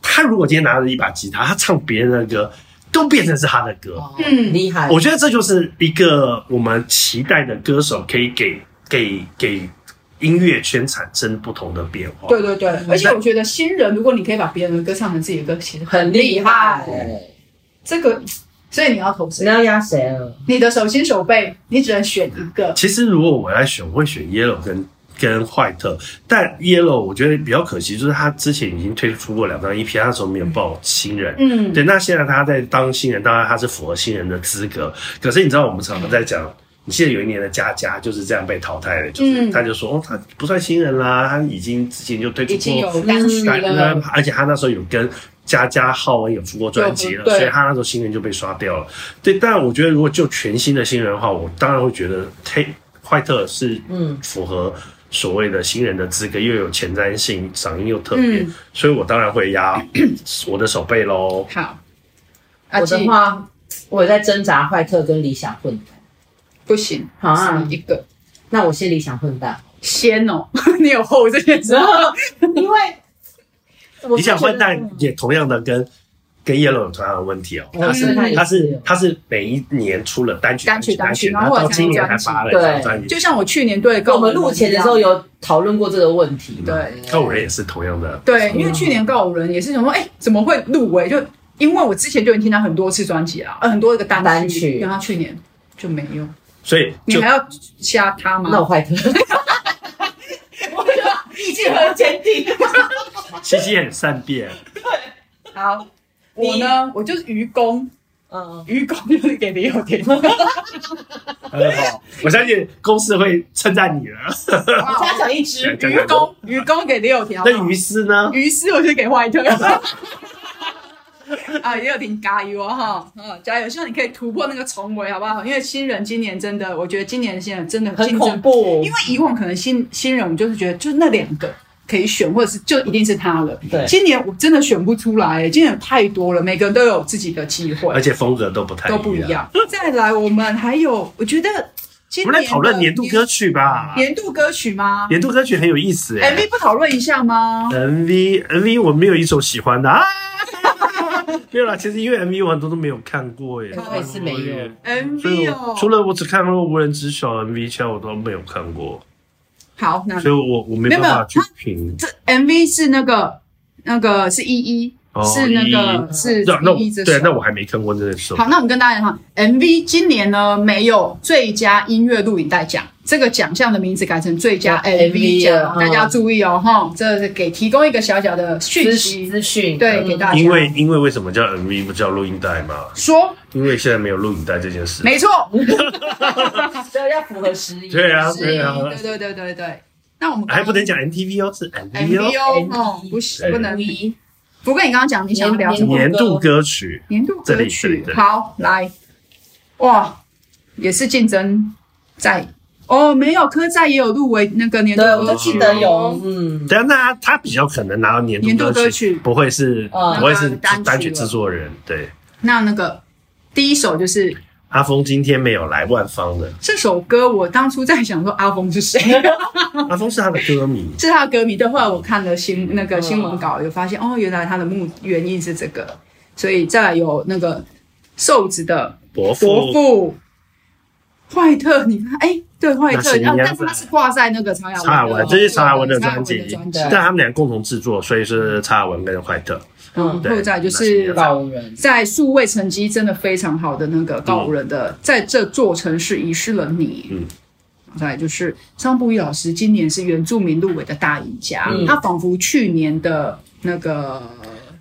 Speaker 1: 他如果今天拿着一把吉他，他唱别人的歌，都变成是他的歌。
Speaker 2: 哦
Speaker 3: 嗯
Speaker 2: 厉害。
Speaker 1: 我觉得这就是一个我们期待的歌手可以给给给音乐圈产生不同的变化。
Speaker 3: 对对对，而且我觉得新人，如果你可以把别人的歌唱成自己的歌，其实
Speaker 2: 嗯很厉害。
Speaker 3: 这个，所以你要投
Speaker 2: 你
Speaker 3: 谁？
Speaker 2: 要压谁啊了？
Speaker 3: 你的手心手背，你只能选一个。
Speaker 1: 其实如果我要选，我会选 Yellow 跟跟坏特，但 Yellow 我觉得比较可惜，就是他之前已经推出过两张 EP，他那时候没有报新人。
Speaker 3: 嗯，
Speaker 1: 对，那现在他在当新人，当然他是符合新人的资格。可是你知道，我们常常在讲你记得有一年的佳佳就是这样被淘汰的，
Speaker 3: 嗯
Speaker 1: 就是他就说哦，他不算新人啦，他已经之前就推出
Speaker 3: 已嗯经有
Speaker 1: 过
Speaker 3: 单曲
Speaker 1: 单
Speaker 2: 嗯
Speaker 3: 了，
Speaker 1: 而且他那时候有跟佳佳、浩文有出过专辑了，
Speaker 3: 有对
Speaker 1: 所以他那时候新人就被刷掉了。对，但我觉得如果就全新的新人的话，我当然会觉得 t 坏特是
Speaker 2: 嗯
Speaker 1: 符合所谓的新人的资格，又有前瞻性，嗓音又特别，
Speaker 3: 嗯
Speaker 1: 所以我当然会压我的手背喽。
Speaker 3: 好，
Speaker 2: 我
Speaker 3: 阿
Speaker 2: 的
Speaker 3: 基
Speaker 2: 话，我有在挣扎坏特跟理想混蛋。
Speaker 3: 不行，
Speaker 2: 好啊
Speaker 3: 是一个
Speaker 2: 那我先理想混蛋，
Speaker 3: 先哦， <laughs> 你有后这件事
Speaker 2: 然，后因为我
Speaker 1: 理想混蛋
Speaker 2: 是
Speaker 1: 也同样的跟跟 Yellow 有同样的问题哦，
Speaker 2: 觉得，
Speaker 1: 他
Speaker 2: 我
Speaker 1: 是
Speaker 2: 是他也
Speaker 1: 他
Speaker 2: 是
Speaker 1: 是他是每一年出了单曲
Speaker 3: 单曲
Speaker 1: 单
Speaker 3: 单曲
Speaker 1: 然后
Speaker 3: 然后
Speaker 1: 到今年才
Speaker 3: 才发
Speaker 1: 发了一
Speaker 2: 专
Speaker 1: 张
Speaker 2: 辑
Speaker 1: 专辑
Speaker 3: 就，像我去年对
Speaker 2: 跟
Speaker 3: 告
Speaker 2: 我们录前的时候
Speaker 3: 有
Speaker 2: 有讨论过这个问题，
Speaker 3: 对
Speaker 1: 告五人也是同样的，
Speaker 3: 对，因为去年告五人也是想说，哎，怎么会入围？就因为我之前就已经听他很多次专辑啦，呃很多个单
Speaker 2: 单曲
Speaker 3: 然后他去年就没有，
Speaker 1: 所以
Speaker 3: 你
Speaker 1: 就
Speaker 3: 还要瞎他吗？
Speaker 2: 那我坏特，意见很坚定。
Speaker 1: 西西很善变，
Speaker 3: <laughs> 好，我呢，我就是愚公，
Speaker 2: 嗯，
Speaker 3: <laughs> 愚公就是给李友廷，
Speaker 1: 很好，我相信公司会称赞你了。
Speaker 3: 哇
Speaker 2: 加奖一只，
Speaker 1: 讲
Speaker 3: <laughs> 愚公，愚公给李友廷，好不好
Speaker 1: 那于是呢？
Speaker 3: 于是我就给坏 <laughs> 特。啊，也有挺加油哦哈，嗯，加油！希望你可以突破那个重围，好不好？因为新人今年真的，我觉得今年的新人真的
Speaker 2: 很
Speaker 3: 竞
Speaker 2: 恐
Speaker 3: 争，
Speaker 2: 怖
Speaker 3: 因。为以往可能新新人，我们就是觉得就是那两个可以选，或者是就一定是他了。
Speaker 2: 对
Speaker 3: 今年我真的选不出来，今年有太多了，每个人都有自己的机
Speaker 1: 而
Speaker 3: 会，
Speaker 1: 且风格都不太
Speaker 3: 都不一。样。再来，我们还有，我觉得今
Speaker 1: 我们来
Speaker 3: 年的
Speaker 1: 讨论年度歌曲吧。
Speaker 3: 年度歌曲吗
Speaker 1: 年度歌曲很有意思哎、
Speaker 3: ？MV 不讨论一下吗？
Speaker 1: 啊 MV MV 我没有一首喜欢的啊， <laughs> 没有啦。其实因为 MV 我很多都没有看过哎、
Speaker 2: 我也是没有
Speaker 3: MV
Speaker 1: 所以
Speaker 3: 哦
Speaker 1: 我除了我只看过《无人知晓》MV，其他我都没有看过，
Speaker 3: 好，那
Speaker 1: 所以我我没办法去评。
Speaker 3: 这 MV 是那个那个是依依，
Speaker 1: 哦
Speaker 3: 是那
Speaker 2: 依
Speaker 3: 个
Speaker 2: 依
Speaker 3: 是
Speaker 1: 那那我
Speaker 3: 依依这
Speaker 1: 对，啊那
Speaker 3: 首。
Speaker 1: 我还没看过这首。
Speaker 3: 好，那我们跟大家讲，MV 今年呢没有最佳音乐录影带奖，这个奖项的名字改成最佳
Speaker 2: 嗯
Speaker 3: MV 奖，
Speaker 1: 啊
Speaker 2: 嗯
Speaker 3: 大家注意哦，哈，这是给提供一个小小的讯
Speaker 2: 资
Speaker 3: 息，
Speaker 2: 资讯嗯
Speaker 3: 对，给大家。
Speaker 1: 因为因为为什么叫 MV 不叫录音带嘛？
Speaker 3: 说
Speaker 1: 因为现在没有录影带这件事。
Speaker 3: 没错，
Speaker 2: 所以要符合时宜。
Speaker 1: 对啊，
Speaker 3: 是
Speaker 1: 对啊，
Speaker 3: 对对对对对。那我们刚
Speaker 1: 还不
Speaker 3: 刚
Speaker 1: 能讲 MTV 哦，是 MV 哦。
Speaker 3: MV 哦，
Speaker 2: MV
Speaker 3: 不行
Speaker 1: 对
Speaker 3: 不能。不过你刚刚讲你想要聊什么？
Speaker 1: 年度歌曲，
Speaker 3: 年度歌
Speaker 1: 这里
Speaker 3: 曲
Speaker 1: 这，里
Speaker 3: 好来，哇，也是竞争在哦，没有科在也有入围那个年度
Speaker 2: 对，
Speaker 3: 歌曲，
Speaker 2: 我就记得有，嗯，
Speaker 1: 但那他比较可能拿到年
Speaker 3: 年度
Speaker 1: 度
Speaker 3: 歌
Speaker 1: 歌
Speaker 3: 曲
Speaker 1: 曲，不会是
Speaker 2: 嗯
Speaker 1: 不会是
Speaker 3: 拿到单
Speaker 1: 单
Speaker 3: 曲
Speaker 1: 曲
Speaker 3: 了
Speaker 1: 制作人。对，
Speaker 3: 那那个第一首就是
Speaker 1: 阿峰今天没有来万芳
Speaker 3: <laughs>
Speaker 1: 的，
Speaker 3: 这首歌，我当初在想说阿峰
Speaker 1: <laughs>
Speaker 3: 是谁，
Speaker 1: 阿峰是他的歌迷。
Speaker 3: 是他的歌迷，但后来我看了新那个
Speaker 2: 嗯
Speaker 3: 新闻稿，有发现哦，原来他的目原因是这个，所以再来有那个瘦子的
Speaker 1: 伯父
Speaker 3: 伯父。坏特，你看，哎、对，坏
Speaker 1: 那
Speaker 3: 特，
Speaker 1: 是
Speaker 3: 啊
Speaker 1: 一样
Speaker 3: 但是他是挂在那个曹雅文的，
Speaker 1: 查尔文，这是查尔文的专
Speaker 3: 查
Speaker 1: 辑嗯
Speaker 3: 尔文的专，辑
Speaker 1: 但他们俩共同制作，所以是查尔文跟怀特。
Speaker 3: 嗯，
Speaker 1: 对
Speaker 3: 后再就
Speaker 1: 那
Speaker 3: 是
Speaker 1: 是
Speaker 2: 老人，
Speaker 3: 在数位成绩真的非常好的那个告五人的，在这座城市遗失了你。
Speaker 1: 嗯，
Speaker 3: 再来就是张博宇老师今年是原住民入围的大赢家，
Speaker 2: 嗯
Speaker 3: 他仿佛去年的那个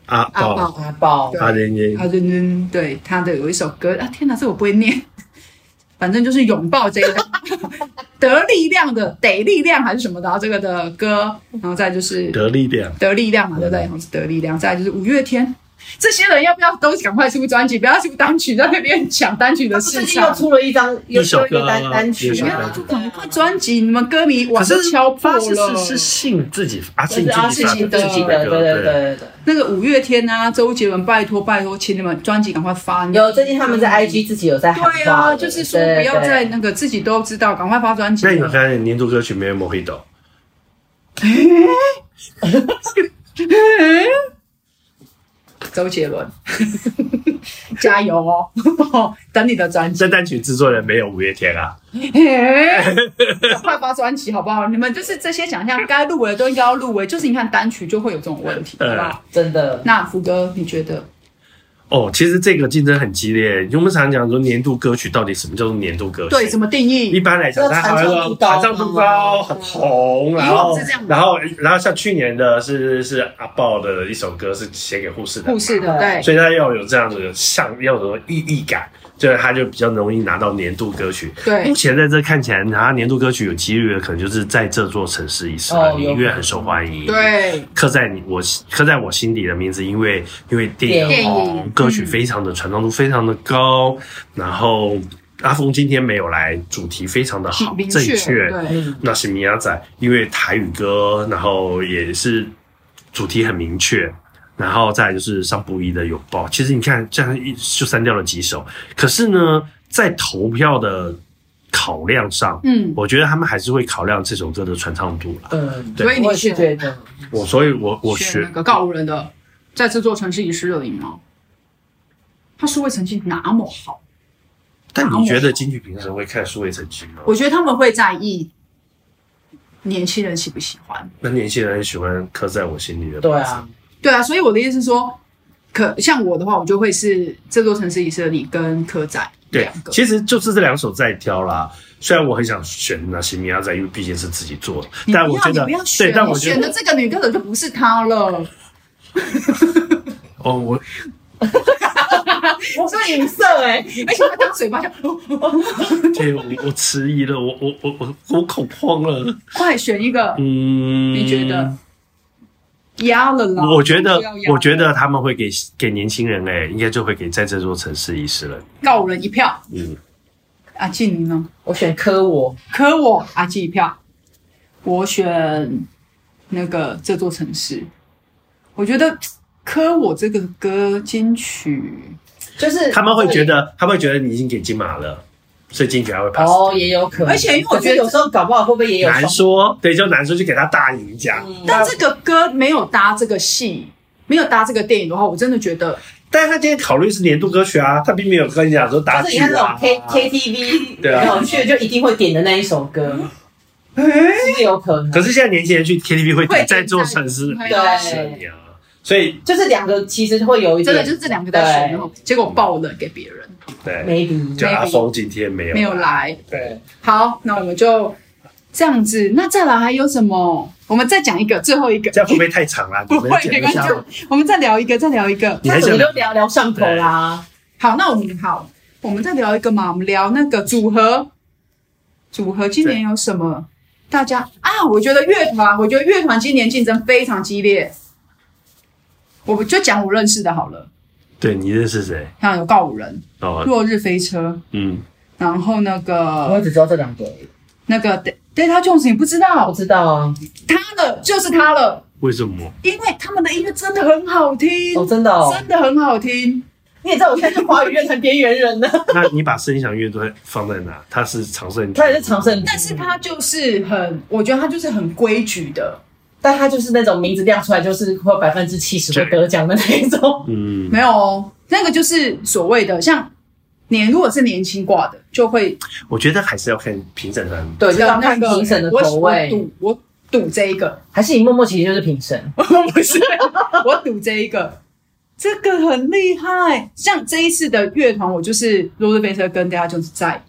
Speaker 1: 阿
Speaker 3: 阿
Speaker 1: 豹、
Speaker 3: 豹，
Speaker 2: 阿宝
Speaker 3: 啊哦对，
Speaker 1: 阿仁也
Speaker 3: 啊，嗯嗯，对他的有一首歌啊，天哪，这我不会念， <laughs> 反正就是拥抱这一段 <laughs> 得力量的得力量还是什么的、啊、这个的歌，然后再就是
Speaker 1: 得力量，
Speaker 3: 得力量嘛，对不对？然后是得力量，再来就是五月天，这些人要不要都赶快出专辑，不要出单曲，在那边抢单曲
Speaker 2: 他们
Speaker 3: 的市
Speaker 2: 最近又
Speaker 3: 场。
Speaker 2: 出了一张又
Speaker 1: 一首
Speaker 2: 又一个
Speaker 1: 歌
Speaker 2: 单单曲啊
Speaker 1: 一首
Speaker 3: 不
Speaker 1: 歌
Speaker 3: 要出赶快专辑，你们歌迷
Speaker 1: 可
Speaker 3: 网
Speaker 1: 是
Speaker 3: 都敲破
Speaker 1: 发是
Speaker 3: 了。
Speaker 1: 是是信自己，阿
Speaker 2: 这
Speaker 1: 信
Speaker 2: 是阿
Speaker 1: 自
Speaker 2: 信
Speaker 1: 己发
Speaker 2: 啊自己的，对
Speaker 1: 歌
Speaker 2: 对对。对对。
Speaker 3: 那个五月天啊，周杰伦，拜托拜托，请你们专辑赶快发。
Speaker 2: 有最近他们在 IG 自己有在喊话
Speaker 3: 对啊，就是说
Speaker 2: 对
Speaker 3: 不要
Speaker 2: 对
Speaker 3: 再那个自己都知道，赶快发专辑
Speaker 1: 那。你们发现年度歌曲没有 Mojito？
Speaker 3: <laughs> 周杰伦， <laughs> 加油哦， <laughs> 等你的专辑
Speaker 1: 这。单曲制作人没有五月天啊？
Speaker 3: 赶 <laughs> 快发专辑好不好？你们就是这些奖项该入围的都应该要入围，就是你看单曲就会有这种问题，
Speaker 1: 嗯
Speaker 3: 好不好？
Speaker 2: 真的
Speaker 3: 那福哥，你觉得？
Speaker 1: 哦，其实这个竞争很激烈。因为我们常讲说年度歌曲到底什么叫做年度歌曲？
Speaker 3: 对，怎么定
Speaker 1: 一
Speaker 3: 义？
Speaker 1: 般来讲，它还会说
Speaker 2: 传
Speaker 1: 传
Speaker 2: 唱
Speaker 1: 唱
Speaker 2: 度
Speaker 1: 度
Speaker 2: 高
Speaker 1: 高、很红，然
Speaker 3: 以
Speaker 1: 后
Speaker 3: 往是这样
Speaker 1: 然后然后像去年的是是阿豹的一首歌是写给护士的，
Speaker 3: 护士的
Speaker 2: 对
Speaker 3: 对，
Speaker 1: 所以它要有这样子的像要有意义感，就是他就比较容易拿到年度歌曲。
Speaker 3: 对
Speaker 1: 目前在这看起来，拿年度歌曲有几率的可能就是在这座城市一生，
Speaker 2: 哦
Speaker 1: 你
Speaker 2: 有
Speaker 1: 音乐很受欢迎，，
Speaker 3: 对，
Speaker 1: 刻在你我刻在我心底的名字，因为因为电
Speaker 2: 电
Speaker 1: 影
Speaker 4: 影
Speaker 1: 红歌曲非常的传唱度非常的高，然后阿峰今天没有来，主题非常的好
Speaker 3: 明
Speaker 1: 正
Speaker 3: 确
Speaker 1: 确，
Speaker 3: 对，
Speaker 1: 那是米亚仔，因为台语歌，然后也是主题很明确，然后再来就是上布一的拥抱。其实你看，这样一就删掉了几首，可是呢，在投票的考量上，
Speaker 3: 嗯，
Speaker 1: 我觉得他们还是会考量这首歌的传唱度啦。
Speaker 2: 嗯，
Speaker 1: 对
Speaker 3: 所以
Speaker 2: 我
Speaker 3: 你
Speaker 2: 也是
Speaker 3: 选
Speaker 2: 觉得
Speaker 1: 我所以我，我
Speaker 3: 嗯选
Speaker 1: 学
Speaker 2: 啊
Speaker 3: 那个告五人的，在这座城市遗失热饮吗？他数位成绩那么好，
Speaker 1: 但你觉得金曲评审会看数位成绩吗？
Speaker 3: 我觉得他们会在意年轻人喜不喜欢。
Speaker 1: 那年轻人喜欢刻在我心里的。
Speaker 2: 对，啊，
Speaker 3: 对啊，所以我的意思是说，可像我的话，我就会是这座城市以色列跟科仔
Speaker 1: 对啊
Speaker 3: 两，个。
Speaker 1: 其实就是这两首在挑啦。虽然我很想选那些米亚仔，因为毕竟是自己做的，
Speaker 3: 你不
Speaker 1: 但
Speaker 3: 要
Speaker 1: 我觉得
Speaker 3: 你不要，选
Speaker 1: 对，但我觉
Speaker 3: 选
Speaker 1: 得
Speaker 3: 的这个女歌手就不是她了，
Speaker 1: 哦，我
Speaker 2: 我是银色哎，
Speaker 3: 而且她当嘴巴就，哦
Speaker 1: 对我我迟疑了，我我我我我恐慌了。
Speaker 3: 快选一个，
Speaker 1: 嗯，
Speaker 3: 你觉得？压了啦！
Speaker 1: 我觉得
Speaker 3: 不要压，了
Speaker 1: 我觉得他们会给给年轻人、哎，应该就会给在这座城市遗失了。
Speaker 3: 告五人一票，
Speaker 1: 嗯，
Speaker 3: 阿纪你呢？
Speaker 2: 我选科我，
Speaker 3: 可我阿纪一票，我选那个这座城市。我觉得科我这个歌金曲，
Speaker 2: 就是
Speaker 1: 他们会觉得，他们会觉得你已经给金马了，所以金曲还会 pass。
Speaker 2: 哦，也有可能，
Speaker 3: 而且因为我觉得
Speaker 2: 可是有时候搞不好会不会也有
Speaker 1: 难说，对，就难说，就给他大赢家。
Speaker 3: 但这个歌没有搭这个戏，没有搭这个电影的话，我真的觉得
Speaker 1: 但是他今天考虑是年度歌曲啊，他并没有跟你讲说打
Speaker 2: 就是
Speaker 1: 曲
Speaker 2: 你看那种
Speaker 1: 啊。
Speaker 2: K K T V
Speaker 1: 对啊
Speaker 2: 有去就一定会点的那一首歌，是不是有可能？
Speaker 1: 可是现在年轻人去 KTV 会
Speaker 3: 会
Speaker 1: 点在座城市
Speaker 3: 对
Speaker 1: 遗失你啊，所以
Speaker 2: 就是两个其实会有一
Speaker 3: 真
Speaker 2: 点，
Speaker 3: 的就是这两个在选，然后结果爆冷给别人，
Speaker 1: 对，
Speaker 2: maybe
Speaker 1: 就阿峰今天没有
Speaker 3: 没有来。
Speaker 1: 对，
Speaker 3: 好，那我们就这样子。那再来还有什么？我们再讲一个，最后一个
Speaker 1: 这。样会不会太长了？
Speaker 3: <laughs> 不
Speaker 1: 你
Speaker 3: 会
Speaker 1: 们，剪
Speaker 3: 没
Speaker 1: 得
Speaker 3: 关系
Speaker 1: 下吗。
Speaker 3: 我们再聊一个，再聊一个。
Speaker 1: 你还
Speaker 2: 那
Speaker 1: 想
Speaker 2: 我们就聊聊上头啦。
Speaker 3: 好，那我们好，我们再聊一个嘛，我们聊那个组合，组合今年有什么？大家啊，我觉得乐团，我觉得乐团今年竞争非常激烈。我就讲我认识的好了，
Speaker 1: 对你认识谁？
Speaker 3: 像有告五人、
Speaker 1: 哦，
Speaker 3: 落日飞车，
Speaker 1: 嗯，
Speaker 3: 然后那
Speaker 2: 我
Speaker 3: 个
Speaker 2: 只知道这两个而已，
Speaker 3: 那个 Da- Data Jones，你不知
Speaker 2: 我
Speaker 3: 道
Speaker 2: 知道啊，
Speaker 3: 他的就是他了，
Speaker 1: 为什么？
Speaker 3: 因为他们的音乐真的很好听，
Speaker 2: 哦，真的哦，
Speaker 3: 真的很好听。
Speaker 2: 你也知道我现在是华语乐坛边缘人呢，
Speaker 1: 那你把声响乐队放在哪？他是常胜军，
Speaker 2: <laughs> 他也是常胜，
Speaker 3: 但是他就是很，我觉得他就是很规矩的，
Speaker 2: 但他就是那种名字亮出来就是会百分之七十会得奖的那一种，
Speaker 1: 嗯，
Speaker 3: 没有哦，那个就是所谓的像年，如果是年轻挂的，就会
Speaker 1: 我觉得还是要看评审团。
Speaker 2: 对，就
Speaker 3: 要
Speaker 2: 要
Speaker 3: 那
Speaker 2: 看
Speaker 3: 个
Speaker 2: 评审的口
Speaker 3: 我
Speaker 2: 味，
Speaker 3: 赌我赌这一个， <laughs>
Speaker 2: 还是你默默其实就是评审，
Speaker 3: 我不是，我赌这一个，这个很厉害。像这一次的乐团，我就是罗斯菲特跟大家就是在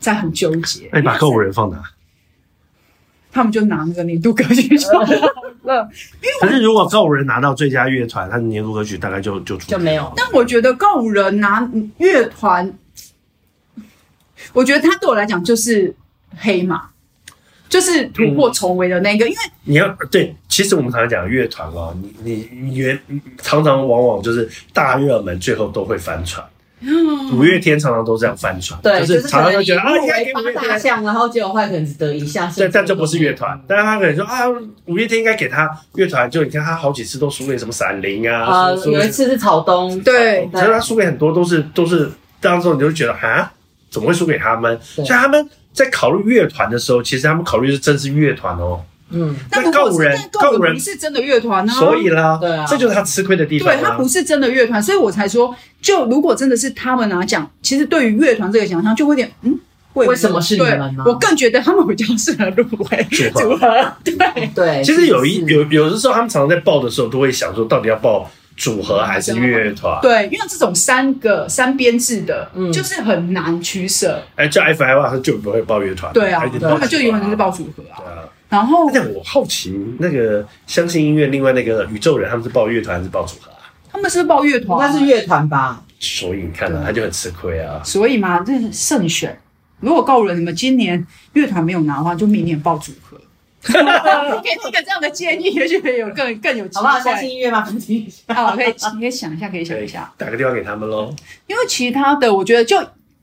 Speaker 3: 在很纠结，
Speaker 1: 那你哎把告五人放哪？
Speaker 3: 他们就拿那个年度歌曲就好了。
Speaker 1: 可是如果告五人拿到最佳乐团，他的年度歌曲大概就就出
Speaker 2: 就没有
Speaker 3: <laughs> 但我觉得告五人拿嗯乐团，我觉得他对我来讲就是黑马，就是突破重围的那个，因为。
Speaker 1: 你要对，其实我们常常讲乐团哦，你你你原常常往往就是大热门最后都会翻船，五月天常常都这样翻船，
Speaker 2: 对，
Speaker 1: 就是
Speaker 2: 是
Speaker 1: 常
Speaker 2: 可
Speaker 1: 常
Speaker 2: 能
Speaker 1: 都
Speaker 2: 你
Speaker 1: 觉得啊，
Speaker 2: 入
Speaker 1: 应该
Speaker 2: 围
Speaker 1: 给
Speaker 2: 八
Speaker 1: 五月
Speaker 2: 大
Speaker 1: 天，
Speaker 2: 项，嗯然后结果后来可能只得一项，
Speaker 1: 但
Speaker 2: 甚
Speaker 1: 但
Speaker 2: 至
Speaker 1: 这不是乐团，但是他可能说啊，五月天应该给他乐团，就你看他好几次都输给什么闪灵啊，
Speaker 2: 呃，
Speaker 1: 输输
Speaker 2: 有
Speaker 1: 给
Speaker 2: 一次是草东，
Speaker 3: 对
Speaker 1: 可是哦他输给很多都是都是，当时你就觉得啊，怎么会输给他们？所
Speaker 2: 对
Speaker 1: 以他们在考虑乐团的时候，其实他们考虑是真是乐团哦。 <laughs>
Speaker 2: 嗯，
Speaker 3: 但如果
Speaker 1: 告五
Speaker 3: 是
Speaker 1: 人
Speaker 3: 但告
Speaker 1: 告五
Speaker 3: 五
Speaker 1: 人
Speaker 3: 人不是真的乐团啊，
Speaker 1: 所以啦，
Speaker 2: 对啊
Speaker 1: 这就是他吃亏的地方
Speaker 3: 对他
Speaker 1: 啊
Speaker 3: 不。是真的乐团，所以我才说，就如果真的是他们拿奖，其实对于乐团这个奖项就会有点嗯。
Speaker 2: 为什么是你们呢
Speaker 3: 对我更觉得他们比较适合入围
Speaker 1: 组合
Speaker 3: 组合，对，
Speaker 2: 对，
Speaker 1: 其实有一
Speaker 2: 是
Speaker 1: 有有的时候，他们常常在报的时候，都会想说，到底要报组合还是乐团？
Speaker 3: 嗯对，因为这种三个三编制的，
Speaker 2: 嗯
Speaker 3: 就是很难取舍。
Speaker 1: 哎，叫 F I 他就不会报乐团，
Speaker 3: 对啊，
Speaker 1: 还得报
Speaker 3: 他们
Speaker 1: 组
Speaker 3: 就
Speaker 1: 合
Speaker 3: 永远是
Speaker 1: 啊
Speaker 3: 报组合啊。
Speaker 1: 对啊。
Speaker 3: 然后
Speaker 1: 那我好奇，那个相信音乐另外那个宇宙人，他们是报乐团还是报组合啊？
Speaker 3: 他们是报乐
Speaker 2: 应
Speaker 3: 团，
Speaker 2: 该是乐团吧？
Speaker 1: 所以你看啊，他就很吃亏啊。
Speaker 3: 所以嘛，这是慎选。如果够了，你们今年乐团没有拿的话，就明年报组
Speaker 2: <laughs>
Speaker 3: 合。我给你一个这样的建议，也许有更更有机
Speaker 2: 好不
Speaker 3: 会。
Speaker 2: 好？相信音乐吗？ <laughs> 听一下。
Speaker 3: 啊，可以，你可以想一下，可以想一下。
Speaker 1: 打个电话给他们喽。
Speaker 3: 因为其他的，我觉得就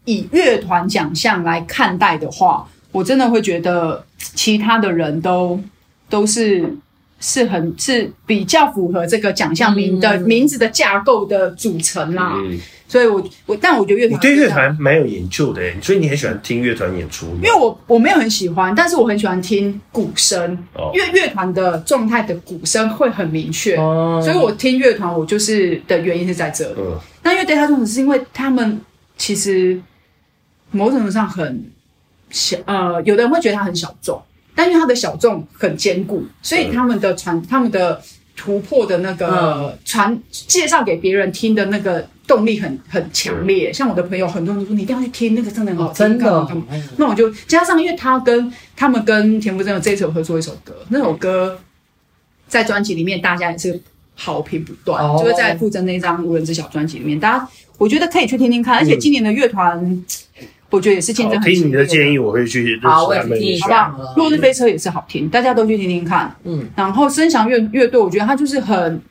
Speaker 3: 以乐团奖项来看待的话，我真的会觉得其他的人都都是是很是比较符合这个奖项名的、
Speaker 2: 嗯
Speaker 3: 名字的架构的组成啦、
Speaker 1: 嗯，
Speaker 3: 所以我我但我觉得乐
Speaker 1: 你
Speaker 3: 团
Speaker 1: 对乐，团蛮有研究的耶，所以你很喜欢听乐团演出吗
Speaker 3: 因为我我没有很喜欢，但是我很喜欢听鼓声，
Speaker 1: 哦
Speaker 3: 因为乐团的状态的鼓声会很明确，
Speaker 2: 哦
Speaker 3: 所以我听乐团我就是的原因是在这里。
Speaker 1: 嗯，
Speaker 3: 那因为 data 重是因为他们其实某种程度上很小，呃，有的人会觉得它很小众，但因为它的小众很坚固，所以他们的传、他们的突破的那
Speaker 2: 嗯
Speaker 3: 个传、介绍给别人听的那个动力很很强烈。像我的朋友很多人都说你一定要去听，那个真的很好
Speaker 2: 哦，
Speaker 3: 听，
Speaker 2: 真的
Speaker 3: 干嘛
Speaker 2: 哦
Speaker 3: 干嘛。那我就加上，因为他跟他们跟田馥甄有这一首合作一首歌，那首歌在专辑里面大家也是好评不断，
Speaker 2: 哦
Speaker 3: 就是在馥甄那张《无人知晓》专辑里面，大家我觉得可以去听听看，而且今年的乐团，我觉得也是竞
Speaker 1: 嗯好
Speaker 3: 争，很激
Speaker 1: 听你
Speaker 3: 烈
Speaker 1: 的建议，我会去认识
Speaker 2: 好我也
Speaker 1: 他们
Speaker 2: 去听
Speaker 1: 一
Speaker 2: 一
Speaker 1: 下
Speaker 2: 下
Speaker 3: 好不好？落日飞车也是好听，大家都去听听看。
Speaker 2: 嗯
Speaker 3: 嗯，然后声响乐乐队，我觉得它就是很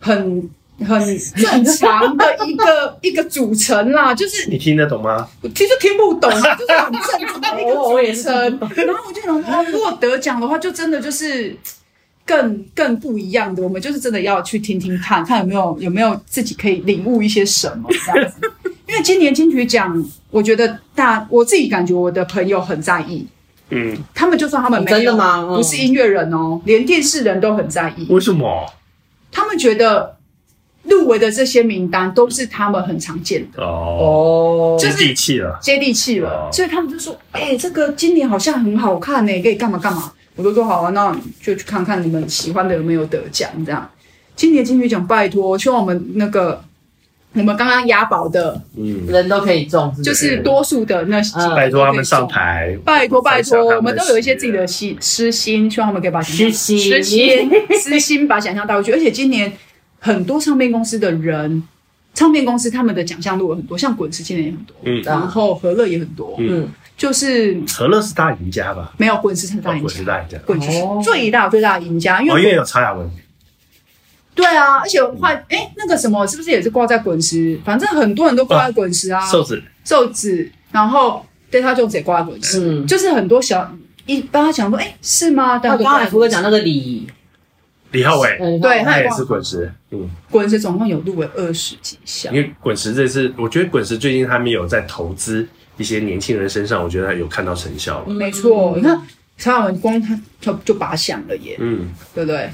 Speaker 3: 很。很正常的一个 <laughs> 一个组成啦，就是
Speaker 1: 你听得懂吗？
Speaker 3: 我其实
Speaker 2: <laughs>
Speaker 3: 听不懂，就是很正常的一个
Speaker 2: 我哦我也
Speaker 3: 组
Speaker 2: 是
Speaker 3: 成。然后我就想说，哦如果得奖的话，就真的就是更更不一样的。我们就是真的要去听听看，看有没有有没有自己可以领悟一些什么
Speaker 2: <laughs>
Speaker 3: 这样子。因为今年金曲奖，我觉得大我自己感觉我的朋友很在意，
Speaker 1: 嗯，
Speaker 3: 他们就算他们没有
Speaker 2: 真的吗嗯
Speaker 3: 不是音乐人哦，连电视人都很在意。
Speaker 1: 为什么？
Speaker 3: 他们觉得入围的这些名单都是他们很常见的。
Speaker 1: 哦，
Speaker 2: 哦，
Speaker 3: 就
Speaker 1: 接
Speaker 3: 是
Speaker 1: 地气了。
Speaker 3: 接地气了，
Speaker 1: 哦
Speaker 3: 所以他们就说：“哎、这个今年好像很好看呢、可以干嘛干嘛。”我就说：“好啊，那就去看看你们喜欢的有没有得奖。”这样，今年金曲奖拜托，希望我们那个我们刚刚押宝的，
Speaker 1: 嗯，
Speaker 2: 人都可以中，不
Speaker 3: 就是多数的那几个
Speaker 2: 嗯
Speaker 1: 拜托他们上。台，
Speaker 3: 拜托拜托，我们都有一些自己
Speaker 1: 的。
Speaker 3: 的心私心，希望他们可以把想象
Speaker 2: 私心
Speaker 3: 私心 <laughs> 私心把想象带回去。而且今年很多唱片公司的人，唱片公司他们的奖项入了很多，像滚石今年也很多，
Speaker 2: 啊
Speaker 1: 嗯
Speaker 3: 然后和乐也很多，
Speaker 1: 嗯
Speaker 2: 嗯，
Speaker 3: 就是
Speaker 1: 何乐是大赢家吧？
Speaker 3: 没有，滚石是大赢
Speaker 1: 我
Speaker 3: 家
Speaker 1: 哦是，大赢家。
Speaker 3: 滚石是
Speaker 2: 哦
Speaker 3: 最大最大的赢家，因
Speaker 1: 哦，因为
Speaker 3: 为
Speaker 1: 有曹雅文，
Speaker 3: 对啊，而且换哎、那个什么是不是也是挂在滚石？反正很多人都挂在滚石啊，
Speaker 1: 瘦子，
Speaker 3: 瘦子，然后 Data Jones 也挂在滚石，
Speaker 2: 嗯
Speaker 3: 就是很多小一帮他讲说，哎、是吗？但
Speaker 2: 那
Speaker 3: 是
Speaker 2: 哦刚才福哥讲那个礼，
Speaker 1: 李浩伟，
Speaker 2: 嗯
Speaker 3: 对
Speaker 1: 他也是滚石。嗯，
Speaker 3: 滚石总共有入围二十几项
Speaker 2: 嗯
Speaker 1: 因，为滚石这次，我觉得滚石最近他们有在投资一些年轻人身上，我觉得他有看到成效了。
Speaker 3: 没错，你看曹雅文光他就就拔响了耶，
Speaker 1: 嗯，
Speaker 3: 对不
Speaker 2: <laughs>
Speaker 3: 对？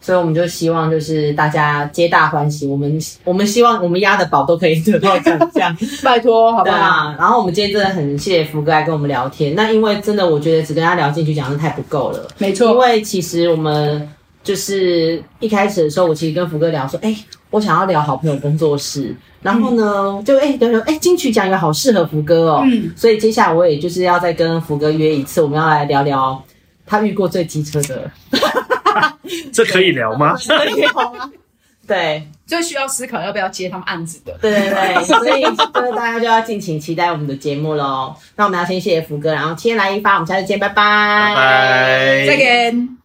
Speaker 2: 所以我们就希望就是大家皆大欢喜，我们我们希望我们押的宝都可以得到奖项，
Speaker 3: 拜托，好不
Speaker 2: 对
Speaker 3: 好？
Speaker 2: 啊。然后我们今天真的很谢谢福哥来跟我们聊天，那因为真的我觉得只跟他聊进去讲是太不够了，
Speaker 3: 没
Speaker 2: 因
Speaker 3: 错，
Speaker 2: 为其实我们就是一开始的时候，我其实跟福哥聊说，哎、我想要聊好朋友工作室，然后呢，就哎聊聊，哎、金曲奖也好适合福哥哦，
Speaker 3: 嗯
Speaker 2: 所以接下来我也就是要再跟福哥约一次，我们要来聊聊他遇过最机车 <laughs> 的，
Speaker 1: 嗯这可以聊吗？
Speaker 2: 对
Speaker 3: 就需要思考要不要接他们案子的。
Speaker 2: 对对对， <laughs> 所以就是大家就要敬请期待我们的节目喽。那我们要先谢谢福哥，然后天来一发，我们下次见，拜
Speaker 1: 拜拜，
Speaker 3: 再见。